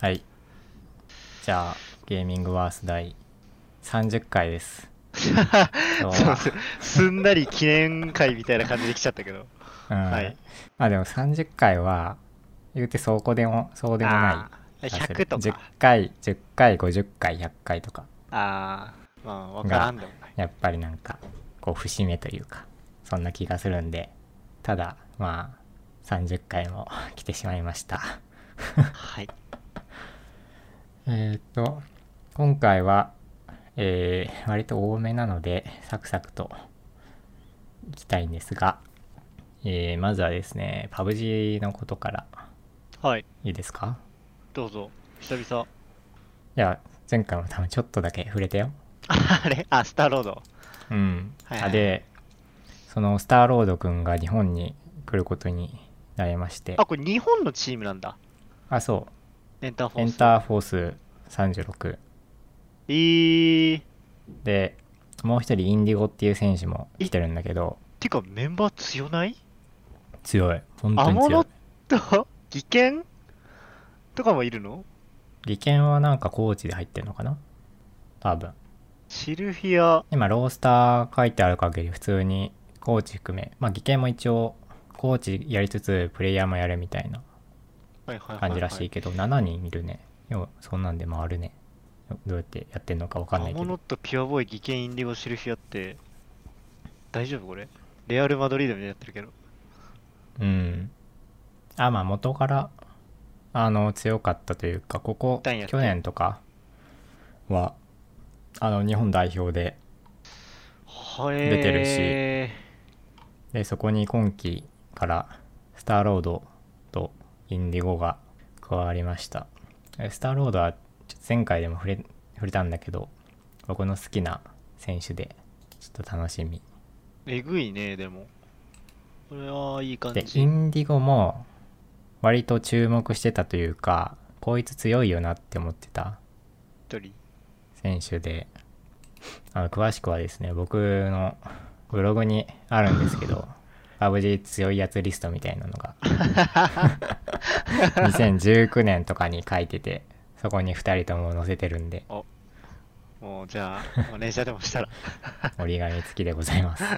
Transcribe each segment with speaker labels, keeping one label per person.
Speaker 1: はい。じゃあ、ゲーミングワース第30回です。今日
Speaker 2: そう
Speaker 1: は
Speaker 2: すすんなり記念会みたいな感じで来ちゃったけど。
Speaker 1: うん
Speaker 2: はい。
Speaker 1: まあでも30回は、言うてそうこでも、そうでもな
Speaker 2: あ
Speaker 1: い
Speaker 2: ー
Speaker 1: 気がする。
Speaker 2: 100と
Speaker 1: 10
Speaker 2: か。
Speaker 1: 回、10回、50回、100回とか、
Speaker 2: ああ、まあ、わからんでもない。
Speaker 1: やっぱりなんか、こう、節目というか、そんな気がするんで、ただ、まあ、30回も来てしまいました。
Speaker 2: はい。
Speaker 1: えーっと、今回は、えー割と多めなので、サクサクといきたいんですが、えーまずはですね、パブ G のことから
Speaker 2: はい。
Speaker 1: いいですか
Speaker 2: どうぞ。久々。
Speaker 1: いや、前回も多分ちょっとだけ触れたよ。
Speaker 2: ああれあ、スターロード。
Speaker 1: うん。
Speaker 2: はいはい
Speaker 1: あで、そのスターロードくんが日本に来ることになりまして
Speaker 2: あ、、これ日本のチームなんだ。
Speaker 1: あ、そ
Speaker 2: エンターフ
Speaker 1: う、
Speaker 2: ォ
Speaker 1: エ
Speaker 2: ー
Speaker 1: ン
Speaker 2: ス。
Speaker 1: ターフォース36。
Speaker 2: えー。
Speaker 1: で、もう一人インディゴっていう選手も来てるんだけど、
Speaker 2: てか、メンバー強ない
Speaker 1: 強い。本当
Speaker 2: ア
Speaker 1: に
Speaker 2: モ
Speaker 1: 強い
Speaker 2: ノ。と、 技研とかもいるの
Speaker 1: 技研はなんかコーチで入ってるのかな多分
Speaker 2: シルフィア。
Speaker 1: 今ロースター書いてある限り普通にコーチ含めまあ技研も一応コーチやりつつプレイヤーもやるみたいな
Speaker 2: はいはいはいはい
Speaker 1: 感じらしいけど7人いるねようそんなんで回るねよどうやってやってんのか分かんない
Speaker 2: ア
Speaker 1: け
Speaker 2: モノ
Speaker 1: ど
Speaker 2: ット、ピュアボーイ、技研、インディゴ、シルフィアって、大丈夫これレアル・マドリードみたいになってるけど。
Speaker 1: うんあまあ元からあの強かったというかここ
Speaker 2: ダイヤって
Speaker 1: 去年とかはあの日本代表で
Speaker 2: は
Speaker 1: 出てるし
Speaker 2: え
Speaker 1: でそこに今期からスターロードとインディゴが加わりましたえスターロードはちょっと前回でも触れ触れたんだけど僕の好きな選手でちょっと楽しみ
Speaker 2: えぐいね、でも。これはいい感
Speaker 1: で
Speaker 2: じ。
Speaker 1: インディゴも割と注目してたというかこいつ強いよなって思ってた
Speaker 2: 一人
Speaker 1: 選手であの詳しくはですね僕のブログにあるんですけどパブジー強いやつリストみたいなのが 2019年とかに書いててそこに2人とも載せてるんで
Speaker 2: もうじゃあ、マネージャーでもしたら。
Speaker 1: 折り紙付きでございます
Speaker 2: は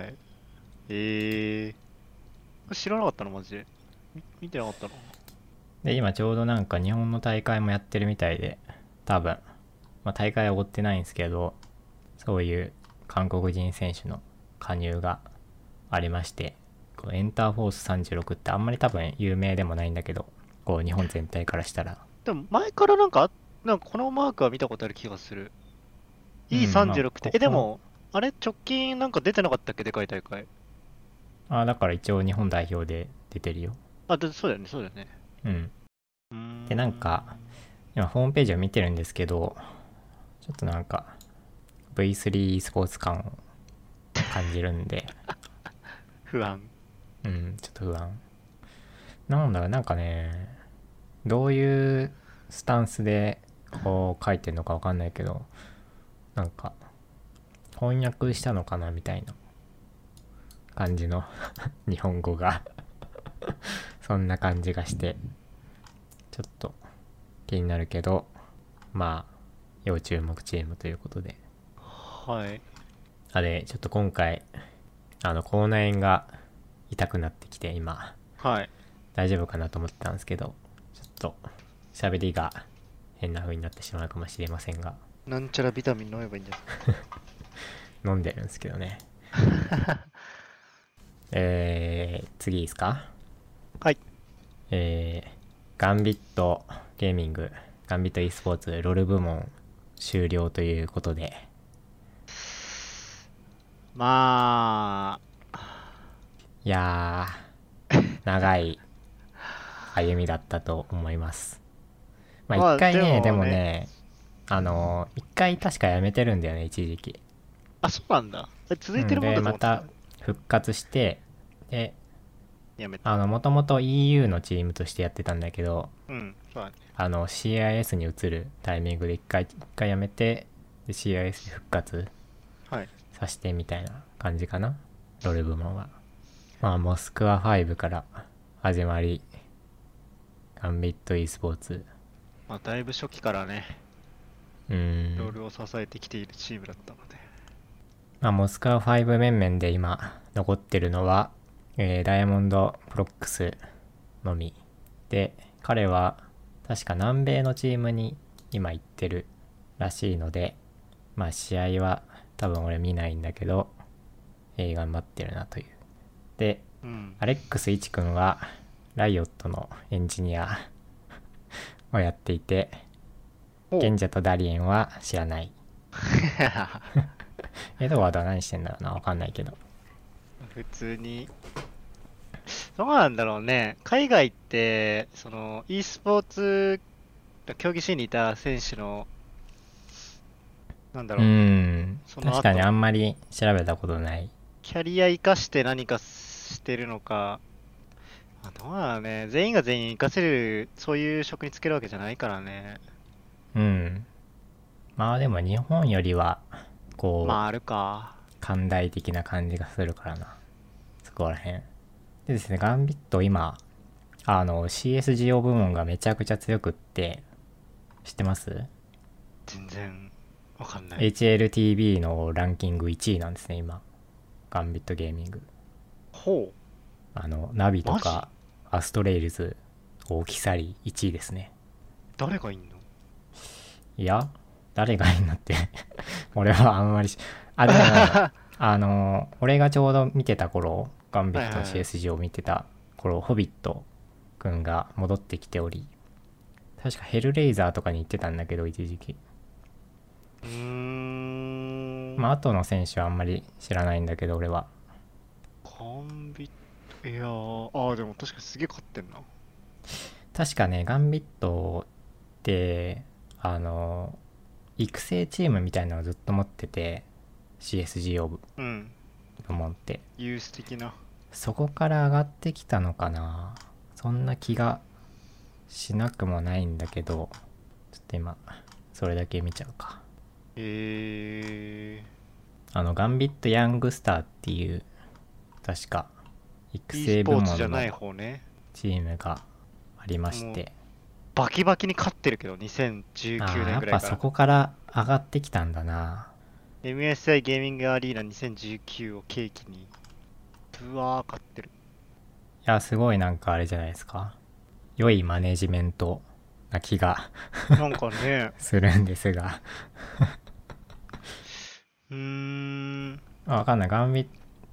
Speaker 2: い。えー。これ知らなかったのマジで。み見てなかったの
Speaker 1: で今ちょうどなんか日本の大会もやってるみたいで多分、まあ、大会は追ってないんですけどそういう韓国人選手の加入がありましてこうエンターフォース36ってあんまり多分有名でもないんだけどこう日本全体からしたら
Speaker 2: でも前からなんかあ、なんかこのマークは見たことある気がする。E36 って、
Speaker 1: うんまあ
Speaker 2: え、でも、あれ直近なんか出てなかったっけでかい大会。
Speaker 1: あだから一応日本代表で出てるよ
Speaker 2: あ、でそうだよね、そうだよね。
Speaker 1: うん
Speaker 2: うーん
Speaker 1: でなんか今ホームページを見てるんですけどちょっとなんか V3 スポーツ感を感じるんで
Speaker 2: 不安。
Speaker 1: うん、ちょっと不安。なんだろう、なんかね、どういうスタンスでこう書いてるのかわかんないけど、なんか、翻訳したのかなみたいな感じの 日本語が、 そんな感じがして、ちょっと気になるけど、まあ、要注目チームということで。
Speaker 2: はい。
Speaker 1: あれ、ちょっと今回、あの、口内炎が痛くなってきて、今。
Speaker 2: はい。
Speaker 1: 大丈夫かなと思ってたんですけどちょっと喋りが変な風になってしまうかもしれませんが
Speaker 2: なんちゃらビタミン飲めばいいんですか
Speaker 1: 飲んでるんですけど ねえー、次いいですか
Speaker 2: はい
Speaker 1: えー、ガンビットゲーミングガンビット e スポーツロール部門終了ということで
Speaker 2: ま
Speaker 1: いや ー長い歩みだったと思いますま
Speaker 2: ま
Speaker 1: あ
Speaker 2: あ
Speaker 1: 一回ね,、
Speaker 2: で
Speaker 1: でも
Speaker 2: もね
Speaker 1: ねあの一回確かやめてるんだよね一時期
Speaker 2: あ、あ、そうなんだ。え続いてるもん
Speaker 1: で
Speaker 2: だと
Speaker 1: ま
Speaker 2: 思ってた
Speaker 1: た復活してで
Speaker 2: やめた。
Speaker 1: あのもともと EU のチームとしてやってたんだけど
Speaker 2: うん。そうだね。
Speaker 1: あの CIS に移るタイミングで一回一回やめてで CIS で復活
Speaker 2: はい。
Speaker 1: させてみたいな感じかなロル部門はまあモスクワ5から始まりガンビット e スポーツ
Speaker 2: まあ、だいぶ初期からね、
Speaker 1: うーん
Speaker 2: ロールを支えてきているチームだったので。
Speaker 1: まあ、モスクワ5面々で今残ってるのは、えーダイヤモンド・プロックスのみで彼は確か南米のチームに今行ってるらしいのでまあ試合は多分俺見ないんだけど、えー頑張ってるなというで
Speaker 2: うん。
Speaker 1: アレックス・イチ君はライオットのエンジニア をやっていて
Speaker 2: ほう
Speaker 1: 賢者とダリエンは知らないエドワードは何してんだろうなわかんないけど
Speaker 2: 普通に。どうなんだろうね。海外って、その、e スポーツ、競技シーンにいた選手の、なんだ
Speaker 1: う
Speaker 2: ろう、
Speaker 1: ん
Speaker 2: その後
Speaker 1: 確かにあんまり調べたことない
Speaker 2: キャリア生かして何かしてるのか、あどうなのね、全員が全員生かせる、そういう職につけるわけじゃないからね。
Speaker 1: うんまあでも日本よりはこう、
Speaker 2: まあ、あるか。
Speaker 1: 寛大的な感じがするからなそこら辺でですねガンビット今あの CSGO 部門がめちゃくちゃ強くって知ってます
Speaker 2: 全然、わかんない。
Speaker 1: HLTV のランキング1位なんですね今ガンビットゲーミング
Speaker 2: ほ
Speaker 1: あのナビと
Speaker 2: マ
Speaker 1: かアストレイルズ大きさり1位ですね
Speaker 2: う、誰がいんの
Speaker 1: いや誰がいいのって 俺はあんまりしあでも あの俺がちょうど見てた頃ガンビットの
Speaker 2: はいはいはい
Speaker 1: CSG を見てた頃、ホビットくんが戻ってきており確かヘルレイザーとかに行ってたんだけど一時期
Speaker 2: うーん。
Speaker 1: まあ後の選手はあんまり知らないんだけど俺は
Speaker 2: コンビ、いやー、あー、でも確かにすげえ勝ってんな。
Speaker 1: 確かねガンビットってあの育成チームみたいなのをずっと持ってて CSGO 部
Speaker 2: うん。
Speaker 1: 門って
Speaker 2: ユース的な。
Speaker 1: そこから上がってきたのかなそんな気がしなくもないんだけどちょっと今それだけ見ちゃうか
Speaker 2: え
Speaker 1: あのガンビット・ヤングスターっていう確か育
Speaker 2: ー、e
Speaker 1: 成
Speaker 2: ス
Speaker 1: 部
Speaker 2: ポ
Speaker 1: 門
Speaker 2: ーツじゃない
Speaker 1: の
Speaker 2: 方ね。
Speaker 1: チームがありまして
Speaker 2: バキバキに勝ってるけど、2019
Speaker 1: あーや
Speaker 2: 年
Speaker 1: っ
Speaker 2: ぐら
Speaker 1: ぱ
Speaker 2: いか
Speaker 1: そ
Speaker 2: ら。
Speaker 1: こから上がってきたんだな
Speaker 2: MSI ゲーミングアリーナ2019を契機に、ぶわー勝ってる。
Speaker 1: いやすごいなんかあれじゃないですか良いマネジメントな気が
Speaker 2: なんかね、
Speaker 1: するんですが
Speaker 2: うーん、
Speaker 1: あわかんない。ガンビッ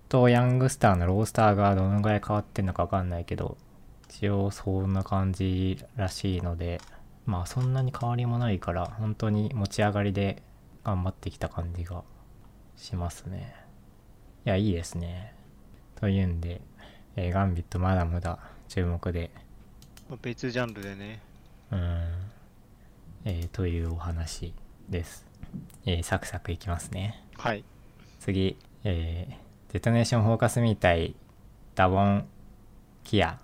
Speaker 1: ト・ヤングスターのロースターがどのぐらい変わってんのかわかんないけど、一応そんな感じらしいので、まあそんなに変わりもないから、本当に持ち上がりで頑張ってきた感じがしますね。いや、いいですね。というんで、えーガンビットまだまだ注目で、
Speaker 2: まあ別ジャンルでね。
Speaker 1: うーん、えーというお話です。えーサクサクいきますね。
Speaker 2: はい。
Speaker 1: 次、えー、デトネーションフォーカスミータイダボンキア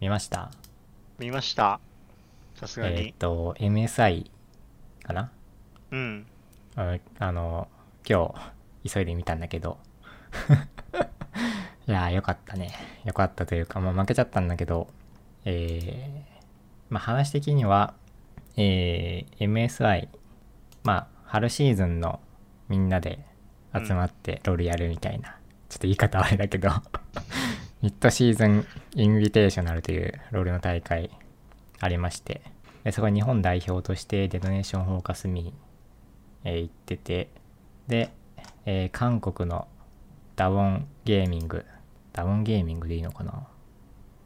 Speaker 1: 見ました
Speaker 2: 見ました。さすが
Speaker 1: えーっ
Speaker 2: に。
Speaker 1: と MSI かな
Speaker 2: うん。
Speaker 1: ああの今日急いで見たんだけど いやーよかったねよかったというか、まあ、負けちゃったんだけどえーまあ話的にはえー MSI まあ春シーズンのみんなで集まってロールやるみたいな、ちょっと言い方はあれだけど ミッドシーズンインビテーショナルというロールの大会ありましてでそこに日本代表としてデトネーションフォーカスミーえー行っててで、えー韓国のダウンゲーミングダウンゲーミングでいいのかな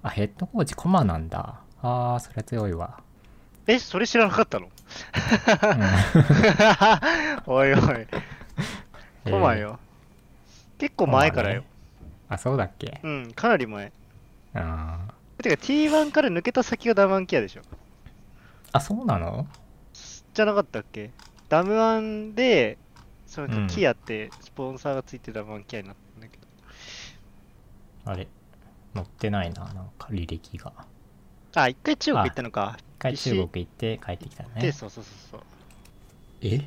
Speaker 1: あヘッドコーチコマなんだあーそれ強いわ、
Speaker 2: え、それ知らなかったの
Speaker 1: うん
Speaker 2: おいおい。コマよ。結構前からよ。
Speaker 1: あそうだっけ
Speaker 2: うん、かなり前。
Speaker 1: あー
Speaker 2: てか T1 から抜けた先がダムアンキアでしょ。
Speaker 1: あそうなの
Speaker 2: じゃなかったっけダムアンで、その
Speaker 1: うん
Speaker 2: キアってスポンサーがついてダムアンキアになったんだけど。
Speaker 1: あれ載ってないななんか履歴が
Speaker 2: あ、一回中国行ったのか。
Speaker 1: 一回中国行って帰ってきたの
Speaker 2: で、
Speaker 1: ね
Speaker 2: そうそうそうそう。
Speaker 1: え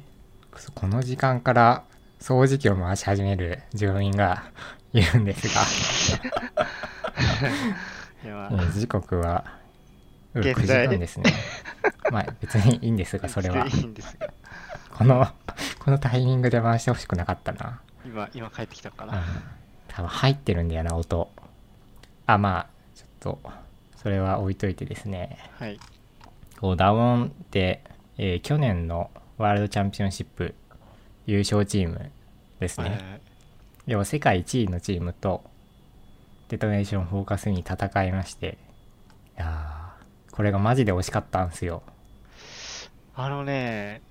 Speaker 1: そこの時間から掃除機を回し始める住民がいるんですが
Speaker 2: いやまあ
Speaker 1: えー時刻はうん
Speaker 2: 現
Speaker 1: 9時
Speaker 2: 在
Speaker 1: 間です ねまあ別にいいんですがそれは
Speaker 2: 別にいいんですが
Speaker 1: このこのタイミングで回してほしくなかったな、
Speaker 2: 今今帰ってきたか
Speaker 1: うん
Speaker 2: ら、
Speaker 1: 多分入ってるんだよな音あまあちょっとそれは置いといてですね
Speaker 2: はい
Speaker 1: こうダウンって、えー去年のワールドチャンピオンシップ優勝チームです
Speaker 2: はいはい
Speaker 1: ね、
Speaker 2: はい
Speaker 1: 要は世界1位のチームとデトネーションフォーカスに戦いましていやーこれがマジで惜しかったんすよ
Speaker 2: あのね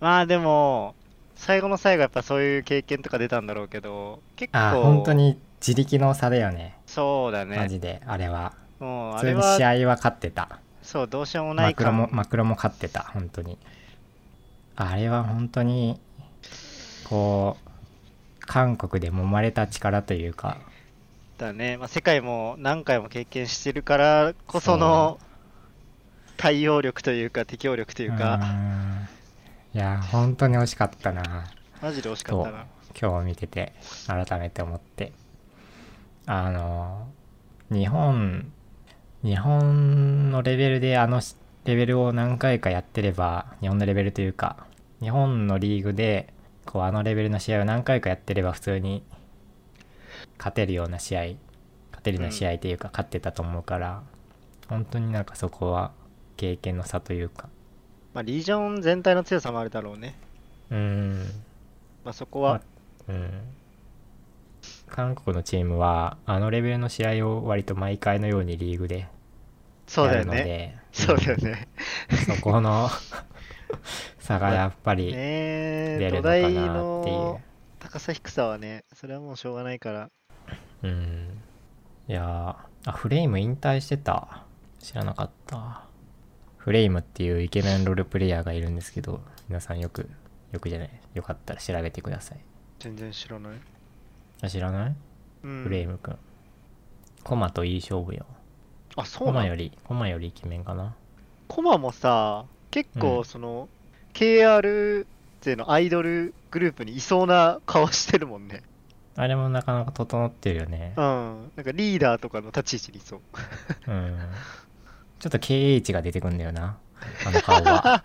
Speaker 2: まあでも最後の最後やっぱそういう経験とか出たんだろうけど結構
Speaker 1: あー本当に自力の差だよね
Speaker 2: そうだね
Speaker 1: マジであれは
Speaker 2: もうあ
Speaker 1: 普
Speaker 2: れ
Speaker 1: 通に
Speaker 2: は
Speaker 1: 試合は勝ってた
Speaker 2: そうどうしようもな
Speaker 1: マ
Speaker 2: い
Speaker 1: ク
Speaker 2: か
Speaker 1: ロもマクロも勝ってた本当にあれは本当にこう韓国で揉まれた力というか
Speaker 2: だね、まあ、世界も何回も経験してるからこその対応力というか適応力という
Speaker 1: う
Speaker 2: か、
Speaker 1: ーんいや本当に惜しかったな
Speaker 2: マジで惜しかっ
Speaker 1: と
Speaker 2: たな。
Speaker 1: 今日見てて改めて思ってあの日本日本のレベルであのしレベルを何回かやってれば日本のレベルというか日本のリーグでこうあのレベルの試合を何回かやってれば普通に勝てるような試合勝てるような試合というか、勝ってたと思うから本当になんかそこは経験の差というか
Speaker 2: まあ、リージョン全体の強さもあるだろうね。
Speaker 1: うーん
Speaker 2: まあ、そこは、
Speaker 1: うん、韓国のチームはあのレベルの試合を割と毎回のようにリーグで
Speaker 2: そう
Speaker 1: や
Speaker 2: だ
Speaker 1: る
Speaker 2: よ
Speaker 1: の
Speaker 2: ね。
Speaker 1: で
Speaker 2: そうだよね。
Speaker 1: うんそこ の差がやっぱり
Speaker 2: ね
Speaker 1: 出る
Speaker 2: え、土
Speaker 1: のか
Speaker 2: 台
Speaker 1: なっていう
Speaker 2: の。高さ低さはね、それはもうしょうがないから。
Speaker 1: うん、いやーあフレイム引退してた知らなかったフレイムっていうイケメンロールプレイヤーがいるんですけど皆さんよくよくじゃないよかったら調べてください
Speaker 2: 全然知らない。
Speaker 1: あ知らない
Speaker 2: うん、
Speaker 1: フレイムくんコマといい勝負よ
Speaker 2: あ、そう
Speaker 1: コマ
Speaker 2: なの
Speaker 1: よりコマよりイケメンかな
Speaker 2: コマもさ、結
Speaker 1: う
Speaker 2: 構
Speaker 1: ん
Speaker 2: その、KR 勢のアイドルグループにいそうな顔してるもんね。
Speaker 1: あれもなかなか整ってるよ ね
Speaker 2: う。ん。なんかリーダーとかの立ち位置にいそう。
Speaker 1: うん。ちょっと KH が出てくんだよな。あの顔は。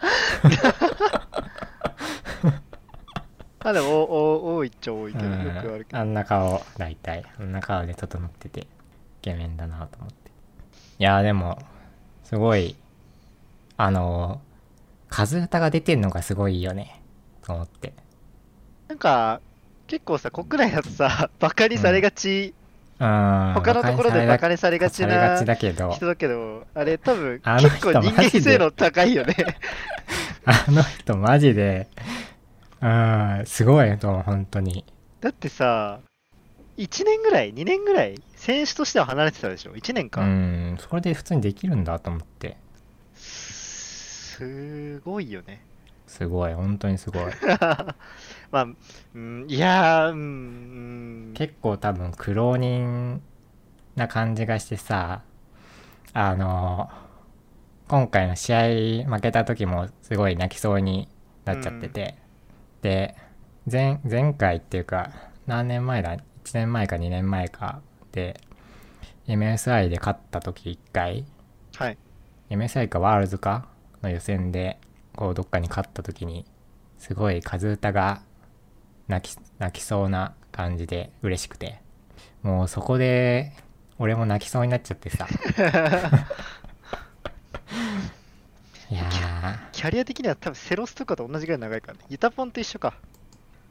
Speaker 2: まあでも、おお多いっちゃ多いけ
Speaker 1: う
Speaker 2: ど、 よくある
Speaker 1: ん
Speaker 2: け。ど。
Speaker 1: あんな顔、大体。あんな顔で整ってて、イケメンだなと思って。いやーでも、すごい、あのー、カズータが出てんのがすごいよね。と思って。
Speaker 2: なんか、結構さ、国内だとさ、 バカにされがち、
Speaker 1: うん。
Speaker 2: 他のところでバカ
Speaker 1: れ
Speaker 2: にされがち
Speaker 1: されが
Speaker 2: な
Speaker 1: ちだけど、
Speaker 2: 人だけど、あれ多分、
Speaker 1: あの
Speaker 2: 結
Speaker 1: 人
Speaker 2: 構人
Speaker 1: マ
Speaker 2: 間
Speaker 1: ジで
Speaker 2: 性の高いよね。
Speaker 1: あの人マジで、うん、すごいと思う、本当に。
Speaker 2: だってさ、1年ぐらい、2年ぐらい、選手としては離れてたでしょ ?1 年
Speaker 1: う
Speaker 2: か。
Speaker 1: ん、それで普通にできるんだと思って。
Speaker 2: すごいよね。
Speaker 1: すごい本当にすごい
Speaker 2: まあ、うん、いやー、うん、
Speaker 1: 結構多分苦労人な感じがしてさあの今回の試合負けた時もすごい泣きそうになっちゃってて、で前前回っていうか何年前だ1年前か2年前かで MSI で勝った時1回
Speaker 2: はい。
Speaker 1: MSI かワールズかの予選でこうどっかに勝った時にすごいカズータが泣き泣きそうな感じで嬉しくてもうそこで俺も泣きそうになっちゃってさいや
Speaker 2: キャリア的には多分セロスとかと同じぐらい長いからね。ユタポンと一緒か。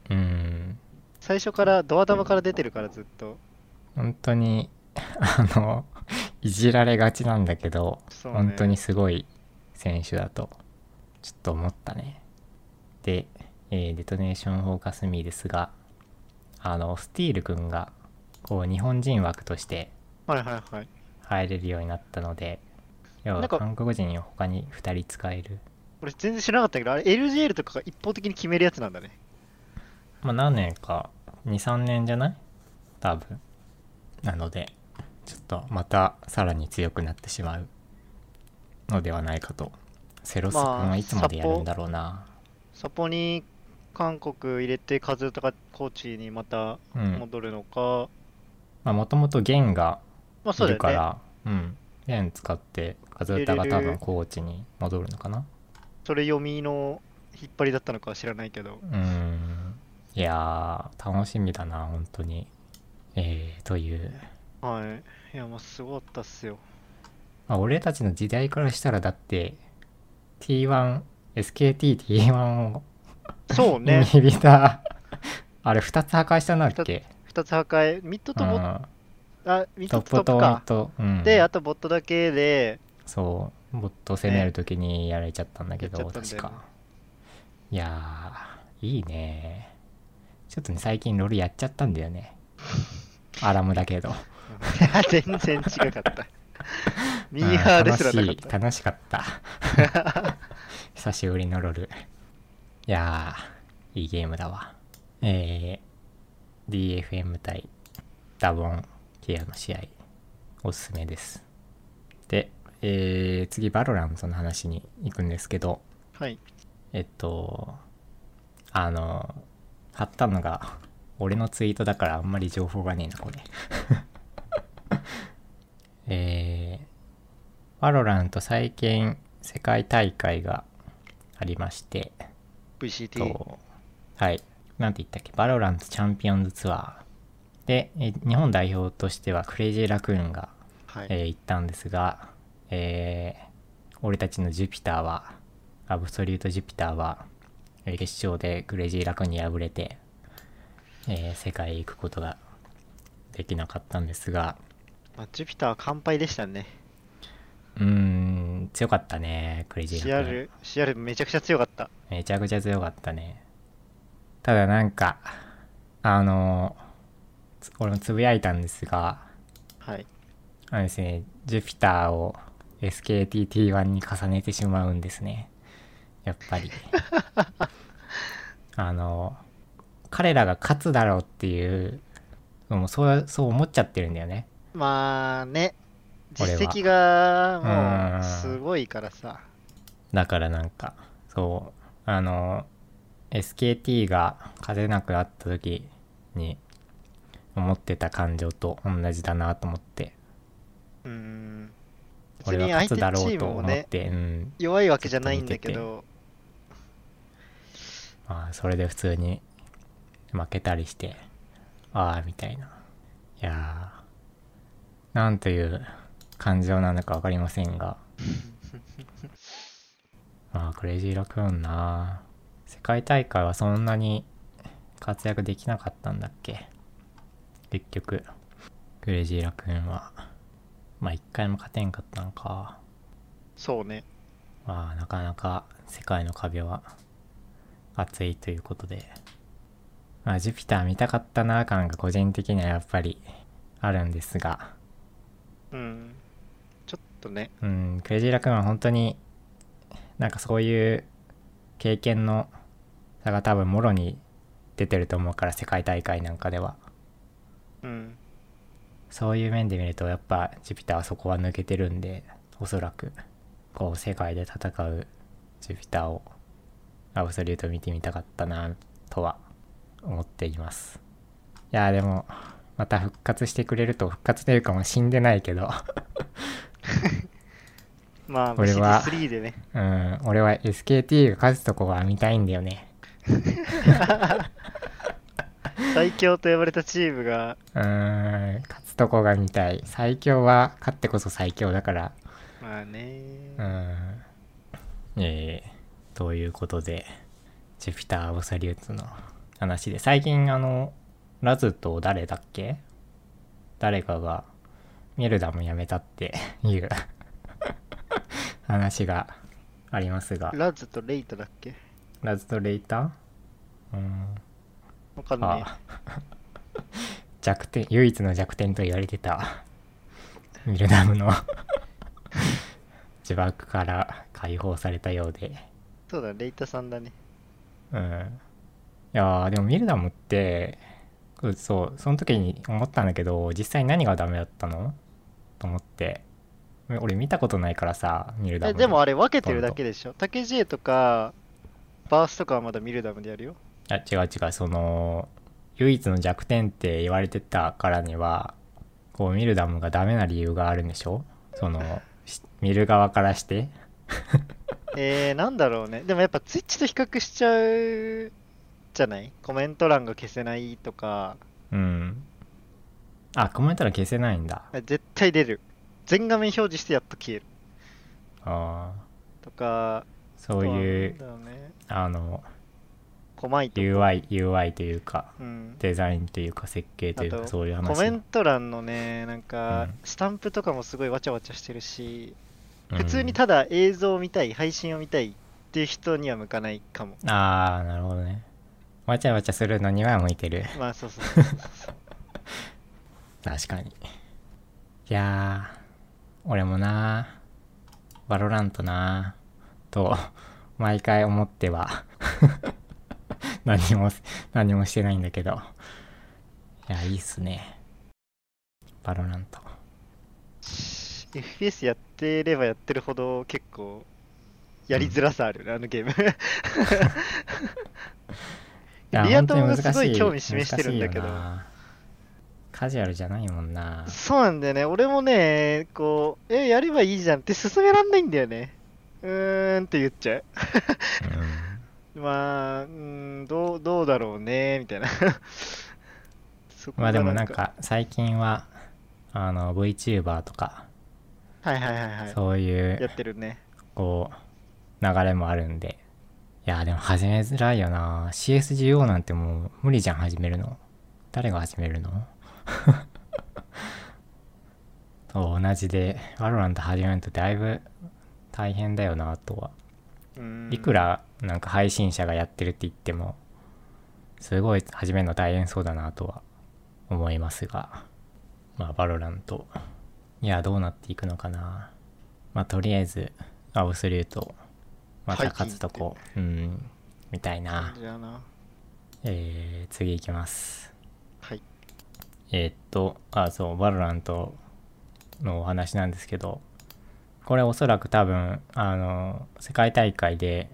Speaker 1: ーうん
Speaker 2: 最初から、ドア玉から出てるからずっと。
Speaker 1: 本当にあのいじられがちなんだけど、
Speaker 2: そうね
Speaker 1: 本当にすごい選手だとちょっと思ったねで、えーデトネーションフォーカスミーですがあのスティールくんがこう日本人枠として
Speaker 2: はいはいはい。
Speaker 1: 入れるようになったので要
Speaker 2: な
Speaker 1: は
Speaker 2: んか
Speaker 1: 韓国人を他に2人使える
Speaker 2: 俺全然知らなかったけど、あれ LGL とかが一方的に決めるやつなんだね。
Speaker 1: まあ何年か23年じゃない多分なのでちょっとまたさらに強くなってしまうのではないかとセロス君
Speaker 2: まあ
Speaker 1: はいつまでやるんだろうな、
Speaker 2: そこに韓国入れて、カズとかコーチにまた
Speaker 1: うん
Speaker 2: 戻るのか。
Speaker 1: まあもともとゲンが
Speaker 2: まあそ
Speaker 1: いう
Speaker 2: だ
Speaker 1: るか
Speaker 2: よね。
Speaker 1: ら、うん、ペン使ってカズータが多分コーチに戻るのかな
Speaker 2: それ読みの引っ張りだったのかは知らないけど
Speaker 1: う、ーんいやー楽しみだな本当にえー、という、
Speaker 2: はい。いや、もうすごかったっすよ。
Speaker 1: まあ、俺たちの時代からしたらだって T1SKTT1 を
Speaker 2: そう
Speaker 1: に
Speaker 2: ね、
Speaker 1: 響いた、 あれ2つ破壊したんだっけ
Speaker 2: 2つ破壊、ミッドとボット、
Speaker 1: うん
Speaker 2: あ、ミッ
Speaker 1: ト
Speaker 2: ド
Speaker 1: ップ
Speaker 2: とトッ
Speaker 1: と
Speaker 2: プ
Speaker 1: ミット、う
Speaker 2: か。
Speaker 1: ん、
Speaker 2: で、あとボットだけで、
Speaker 1: そうボット攻める時にやられちゃったんだけど、
Speaker 2: やっちゃったんだ
Speaker 1: 確
Speaker 2: よ
Speaker 1: か
Speaker 2: ね
Speaker 1: いやーいいねちょっとね最近ロールやっちゃったんだよ ねアラムだけど
Speaker 2: 全然違か った。ミーハーですらなかっ
Speaker 1: うん
Speaker 2: た。
Speaker 1: 楽しい楽しかった 久しぶりのロールいやーいいゲームだわえー、DFM 対ダボンケアの試合おすすめですで、えー、次バロラントの話に行くんですけど
Speaker 2: はい。
Speaker 1: えっとあの貼ったのが俺のツイートだからあんまり情報がねえなこれ えー、バロランと最近世界大会がありまして、えっ
Speaker 2: VCT。
Speaker 1: とはいなんて言ったっけバロラントチャンピオンズツアーでえー日本代表としてはクレイジーラクーンが
Speaker 2: はい。
Speaker 1: えー行ったんですが、えー俺たちのジュピターはアブソリュート・ジュピターはえー決勝でクレイジー・ラクに敗れて、えー世界へ行くことができなかったんですが
Speaker 2: まあ、ジュピターは完敗でしたね。
Speaker 1: うーん強かったねクレイジー・ラク
Speaker 2: CR、CR めちゃくちゃ強かった。
Speaker 1: めちゃくちゃ強かったねただなんかあのつ俺もつぶやいたんですが
Speaker 2: はい。
Speaker 1: あのですね、ジュピターを SKTT1 に重ねてしまうんですね。やっぱり。あの、彼らが勝つだろうっていう、もうそう、そう思っちゃってるんだよね。
Speaker 2: まあね、
Speaker 1: 俺は
Speaker 2: 実績が
Speaker 1: う
Speaker 2: も
Speaker 1: ーん
Speaker 2: うすごいからさ。
Speaker 1: だからなんか、そう、あの、SKT が勝てなくなった時に思ってた感情と同じだなと思って、
Speaker 2: うーん。別
Speaker 1: 俺
Speaker 2: に
Speaker 1: は勝
Speaker 2: 相手
Speaker 1: つだろ
Speaker 2: チ
Speaker 1: う
Speaker 2: ー
Speaker 1: と
Speaker 2: ムも
Speaker 1: 思っ
Speaker 2: ね、
Speaker 1: て、うん、
Speaker 2: 弱いわけじゃないんだけ
Speaker 1: ちょ
Speaker 2: ど、
Speaker 1: まあそれで普通に負けたりしてああみたいないやーなんという感情なのか分かりませんがまあクレイジーラクーンな世界大会はそんなに活躍できなかったんだっけ結局クレイジーラクーンはまあ一回も勝てんかったのか
Speaker 2: そうね。
Speaker 1: まあなかなか世界の壁は厚いということで、まあ、ジュピター見たかったな感が個人的にはやっぱりあるんですが
Speaker 2: うん。ちょっとね、
Speaker 1: うんクレイジーラクーンは本当になんかそういう経験の差が多分もろに出てると思うから世界大会なんかでは
Speaker 2: うん。
Speaker 1: そういう面で見るとやっぱジュピターはそこは抜けてるんでおそらくこう世界で戦うジュピターをアブソリュート見てみたかったなとは思っていますいやーでもまた復活してくれると復活というかもう死んでないけど
Speaker 2: まあ、
Speaker 1: 俺は
Speaker 2: VCT3 でね。
Speaker 1: うん俺は SKT が勝つとこは見たいんだよね
Speaker 2: 最強と呼ばれたチームが、
Speaker 1: うーん勝つとこが見たい最強は勝ってこそ最強だから
Speaker 2: まあね、
Speaker 1: うん。えー、ということで、ジュピター・オブサリューツの話で、最近あの、ラズと誰だっけ誰かが、ミルダも辞めたっていう 話がありますが、
Speaker 2: ラズとレイトだっけ
Speaker 1: ラズとレイターうん。
Speaker 2: わかんない。
Speaker 1: あ弱点唯一の弱点と言われてた ミルダムの 呪縛から解放されたようで
Speaker 2: そうだ、レイタさんだね。
Speaker 1: うんいやーでもミルダムってうんそうその時に思ったんだけど実際何がダメだったのと思って俺見たことないからさミルダム
Speaker 2: え
Speaker 1: の
Speaker 2: でもあれ分けてるだけでしょ竹 J とかバースとかはまだミルダムでやる よ
Speaker 1: あ違う違うその唯一の弱点って言われてたからにはこうミルダムがダメな理由があるんでしょそのし見る側からして
Speaker 2: えー、なんだろうね。でもやっぱ Twitch と比較しちゃうじゃないコメント欄が消せないとか、
Speaker 1: うんあコメント欄消せないんだ
Speaker 2: あ絶対出る。全画面表示してやっと消える
Speaker 1: あ
Speaker 2: とか、
Speaker 1: ーそうい
Speaker 2: あ
Speaker 1: う
Speaker 2: とはなんだろうね。
Speaker 1: あの
Speaker 2: 細いと
Speaker 1: UI, UI というか
Speaker 2: うん。
Speaker 1: デザインというか設計という
Speaker 2: あ
Speaker 1: か
Speaker 2: と
Speaker 1: そういう話
Speaker 2: コメント欄のね、なん
Speaker 1: う
Speaker 2: か
Speaker 1: ん、
Speaker 2: スタンプとかもすごいわちゃわちゃしてるし、
Speaker 1: うん
Speaker 2: 普通にただ映像を見たい、配信を見たいっていう人には向かないかも。
Speaker 1: ああなるほどねわちゃわちゃするのには向いてる
Speaker 2: まあそうそうそうそうそう。
Speaker 1: 確かにいやー俺もなバロラントなと 毎回思っては 何も何もしてないんだけどいやいいっすねバロラント
Speaker 2: FPS やってればやってるほど結構やりづらさあるね、あのゲーム。
Speaker 1: いや
Speaker 2: リア
Speaker 1: 本当
Speaker 2: 友
Speaker 1: に
Speaker 2: が
Speaker 1: 難
Speaker 2: すごい
Speaker 1: し
Speaker 2: 興味示してるんだけど
Speaker 1: 難しいよなカジュアルじゃないもんな
Speaker 2: そうなんだよね。俺もね、こう、え、やればいいじゃんって進めらんないんだよね。うーんって言っちゃう。
Speaker 1: うん
Speaker 2: まあ、うーん、どう、どうだろうね、みたいな。 そこ
Speaker 1: まあ
Speaker 2: が
Speaker 1: でもなん、か最近はあの VTuber とか
Speaker 2: はいはいはいは
Speaker 1: そうい
Speaker 2: い。や
Speaker 1: う
Speaker 2: ってるね。
Speaker 1: こう流れもあるんでいやでも始めづらいよな CSGO なんてもう無理じゃん始めるの誰が始めるの と同じでワロランと始めるのとだいぶ大変だよなとは
Speaker 2: うーん
Speaker 1: いくらなんか配信者がやってるって言ってもすごい始めるの大変そうだなとは思いますがまあバロランといやどうなっていくのかなまあとりあえずアブスリュートまた勝つとこうんみたいな
Speaker 2: じゃあな。
Speaker 1: えー、次いきます
Speaker 2: はい。
Speaker 1: えーっと、あ、そう、バロラントのお話なんですけど、これおそらく多分、あの、世界大会で、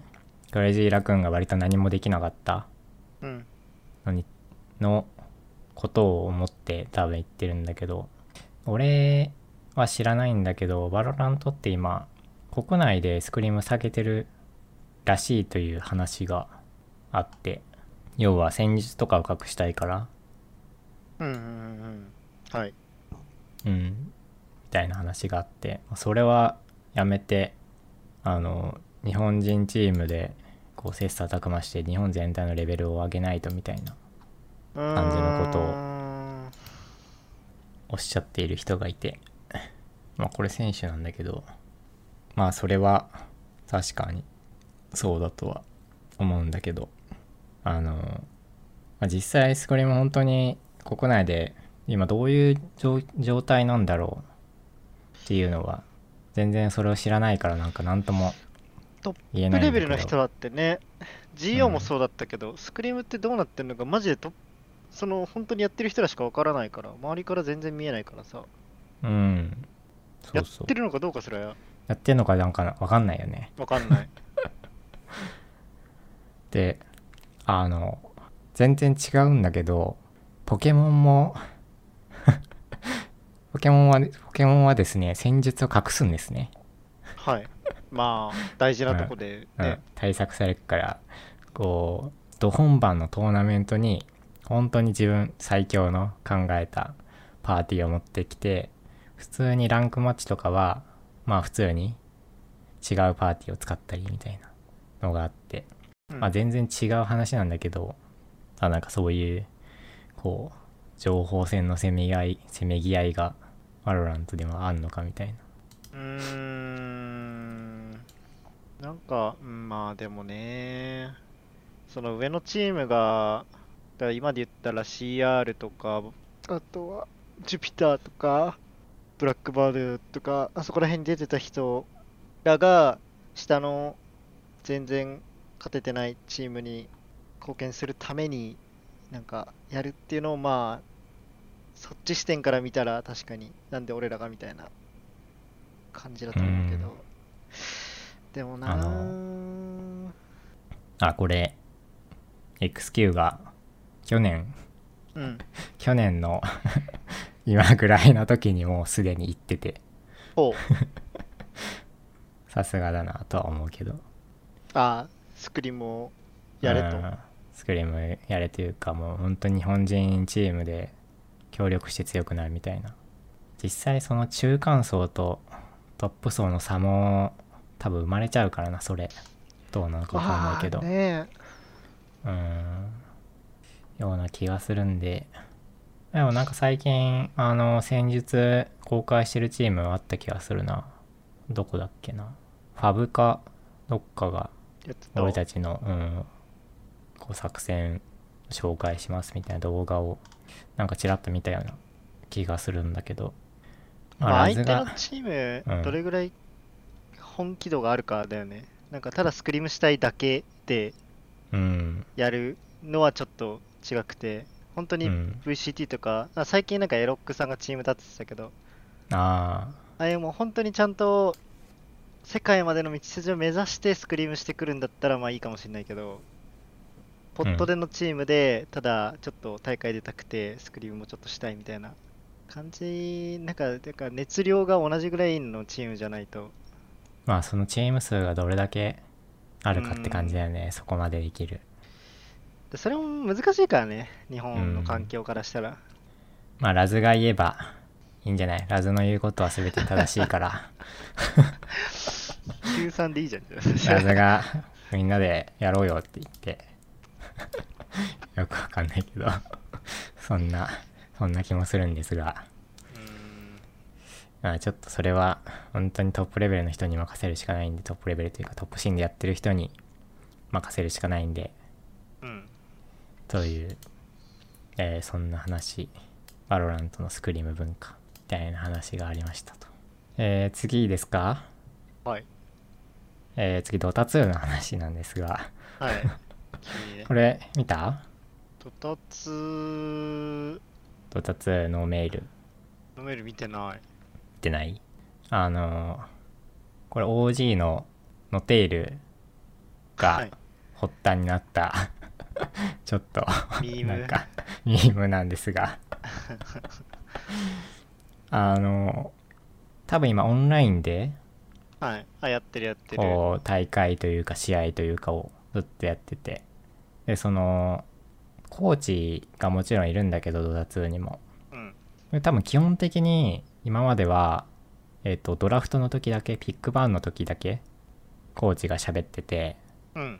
Speaker 1: クレイジーラクーンが割と何もできなかった
Speaker 2: うん。
Speaker 1: のに、のことを思って多分言ってるんだけど、俺は知らないんだけど、バロラントって今、国内でスクリーム下げてるらしいという話があって、要は戦術とかを隠したいから、
Speaker 2: うんうんうんうん。はい。
Speaker 1: うん、みたいな話があってそれはやめてあの日本人チームでこう切磋琢磨して日本全体のレベルを上げないとみたいな
Speaker 2: 感
Speaker 1: じのことを
Speaker 2: を。
Speaker 1: おっしゃっている人がいて まあこれ選手なんだけどまあそれは確かにそうだとは思うんだけどあの、まあ、実際スクリーム本当に国内で今どういう状状態なんだろうっていうのは全然それを知らないからなんか何とも
Speaker 2: トッ
Speaker 1: 言え
Speaker 2: ト
Speaker 1: な
Speaker 2: ップ
Speaker 1: い
Speaker 2: レ
Speaker 1: んだ
Speaker 2: ベ
Speaker 1: け
Speaker 2: ル
Speaker 1: ど
Speaker 2: の人だってね、GO もそうだったけど、スクリームってどうなってるのか、マジでトップその本当にやってる人らしかわからないから、周りから全然見えないからさ、
Speaker 1: うんそうそ
Speaker 2: やっ
Speaker 1: う
Speaker 2: てるのかどうかすら
Speaker 1: やってんのかなんか分かんないよね
Speaker 2: わか んない。
Speaker 1: であの全然違うんだけどポケモンも ポケモンはポケモンはですね戦術を隠すんですね、
Speaker 2: はい。まあ、大事なとこで
Speaker 1: うん
Speaker 2: ね。
Speaker 1: 対策されるからこうど本番のトーナメントに本当に自分最強の考えたパーティーを持ってきて普通にランクマッチとかはまあ普通に違うパーティーを使ったりみたいなのがあって
Speaker 2: うん
Speaker 1: まあ、全然違う話なんだけどあなんかそういうこう情報戦のせめぎ合いせめぎ合いがワロラントでもあんのかみたいな
Speaker 2: うーん。なんか、うんまあでもね、その上のチームが、だから今で言ったら CR とか、あとはジュピターとか、ブラックバールとか、あそこら辺に出てた人らが、下の全然勝ててないチームに貢献するために、なんかやるっていうのをまあ、そっち視点から見たら確かに、なんで俺らがみたいな感じだと思うけど
Speaker 1: うん。
Speaker 2: でもな
Speaker 1: あ
Speaker 2: あ
Speaker 1: あこれ XQ が去年
Speaker 2: うん。
Speaker 1: 去年の今ぐらいの時にもうすでに行ってて
Speaker 2: おう
Speaker 1: さすがだなとは思うけど
Speaker 2: あスクリームをやれと
Speaker 1: うんスクリームやれというかもう本当に日本人チームで協力して強くなるみたいな実際その中間層とトップ層の差も多分生まれちゃうからなそれどうなのか分かんないけど、
Speaker 2: あーねえ
Speaker 1: うんような気がするんででもなんか最近あの戦術公開してるチームはあった気がするなどこだっけなファブかどっかが
Speaker 2: やってた
Speaker 1: 俺たちの、うん、こう作戦紹介しますみたいな動画をなんかちらっと見たような気がするんだけど、
Speaker 2: まあ、
Speaker 1: ラズ
Speaker 2: 相手の
Speaker 1: が
Speaker 2: チー
Speaker 1: うん
Speaker 2: ム、どれぐらい本気度があるかだよね。なんか、ただスクリームしたいだけで
Speaker 1: うん
Speaker 2: やるのはちょっと違くて、本当
Speaker 1: う
Speaker 2: に
Speaker 1: ん
Speaker 2: VCT とか、あ最近なんかエロックさんがチーム立ってたけど、
Speaker 1: ああ
Speaker 2: ああいうもう本当にちゃんと世界までの道筋を目指してスクリームしてくるんだったらまあいいかもしれないけど、ポットでのチームで、ただちょっと大会出たくて、スクリームもちょっとしたいみたいな感じ、なんか、てか熱量が同じぐらいのチームじゃないと、
Speaker 1: まあそのチーム数がどれだけあるかって感じだよね、そこまでできる
Speaker 2: でそれも難しいからね、日本
Speaker 1: う
Speaker 2: の
Speaker 1: ん
Speaker 2: 環境からしたら。
Speaker 1: まあラズが言えばいいんじゃないラズの言うことは全て正しいから
Speaker 2: 93でいいじゃん。
Speaker 1: ラズがみんなでやろうよって言って よくわかんないけどそんなそんな気もするんですが
Speaker 2: うん
Speaker 1: まあちょっとそれは本当にトップレベルの人に任せるしかないんでトップレベルというかトップシーンでやってる人に任せるしかないんで
Speaker 2: うん。
Speaker 1: という、えーそんな話バロラントのスクリーム文化みたいな話がありましたと、えー次ですか、
Speaker 2: はい。
Speaker 1: えー次ドタ2の話なんですが
Speaker 2: はい。君ね
Speaker 1: こ。れ見た
Speaker 2: とたつ
Speaker 1: ドタ2のメール
Speaker 2: のメール見てない。
Speaker 1: ってないあのーこれ OG のノテイル
Speaker 2: は
Speaker 1: が
Speaker 2: い
Speaker 1: 発端になった、 ちょっと
Speaker 2: ミー
Speaker 1: なん
Speaker 2: ム。
Speaker 1: かミームなんです があの多分今オンラインで
Speaker 2: はい。あ、やってるやってる。
Speaker 1: こう大会というか試合というかをずっとやっててでそのコーチがもちろんいるんだけどドダ2にも
Speaker 2: うん。
Speaker 1: で多分基本的に今までは、えっとドラフトの時だけピックバーンの時だけコーチが喋ってて
Speaker 2: うん。
Speaker 1: っ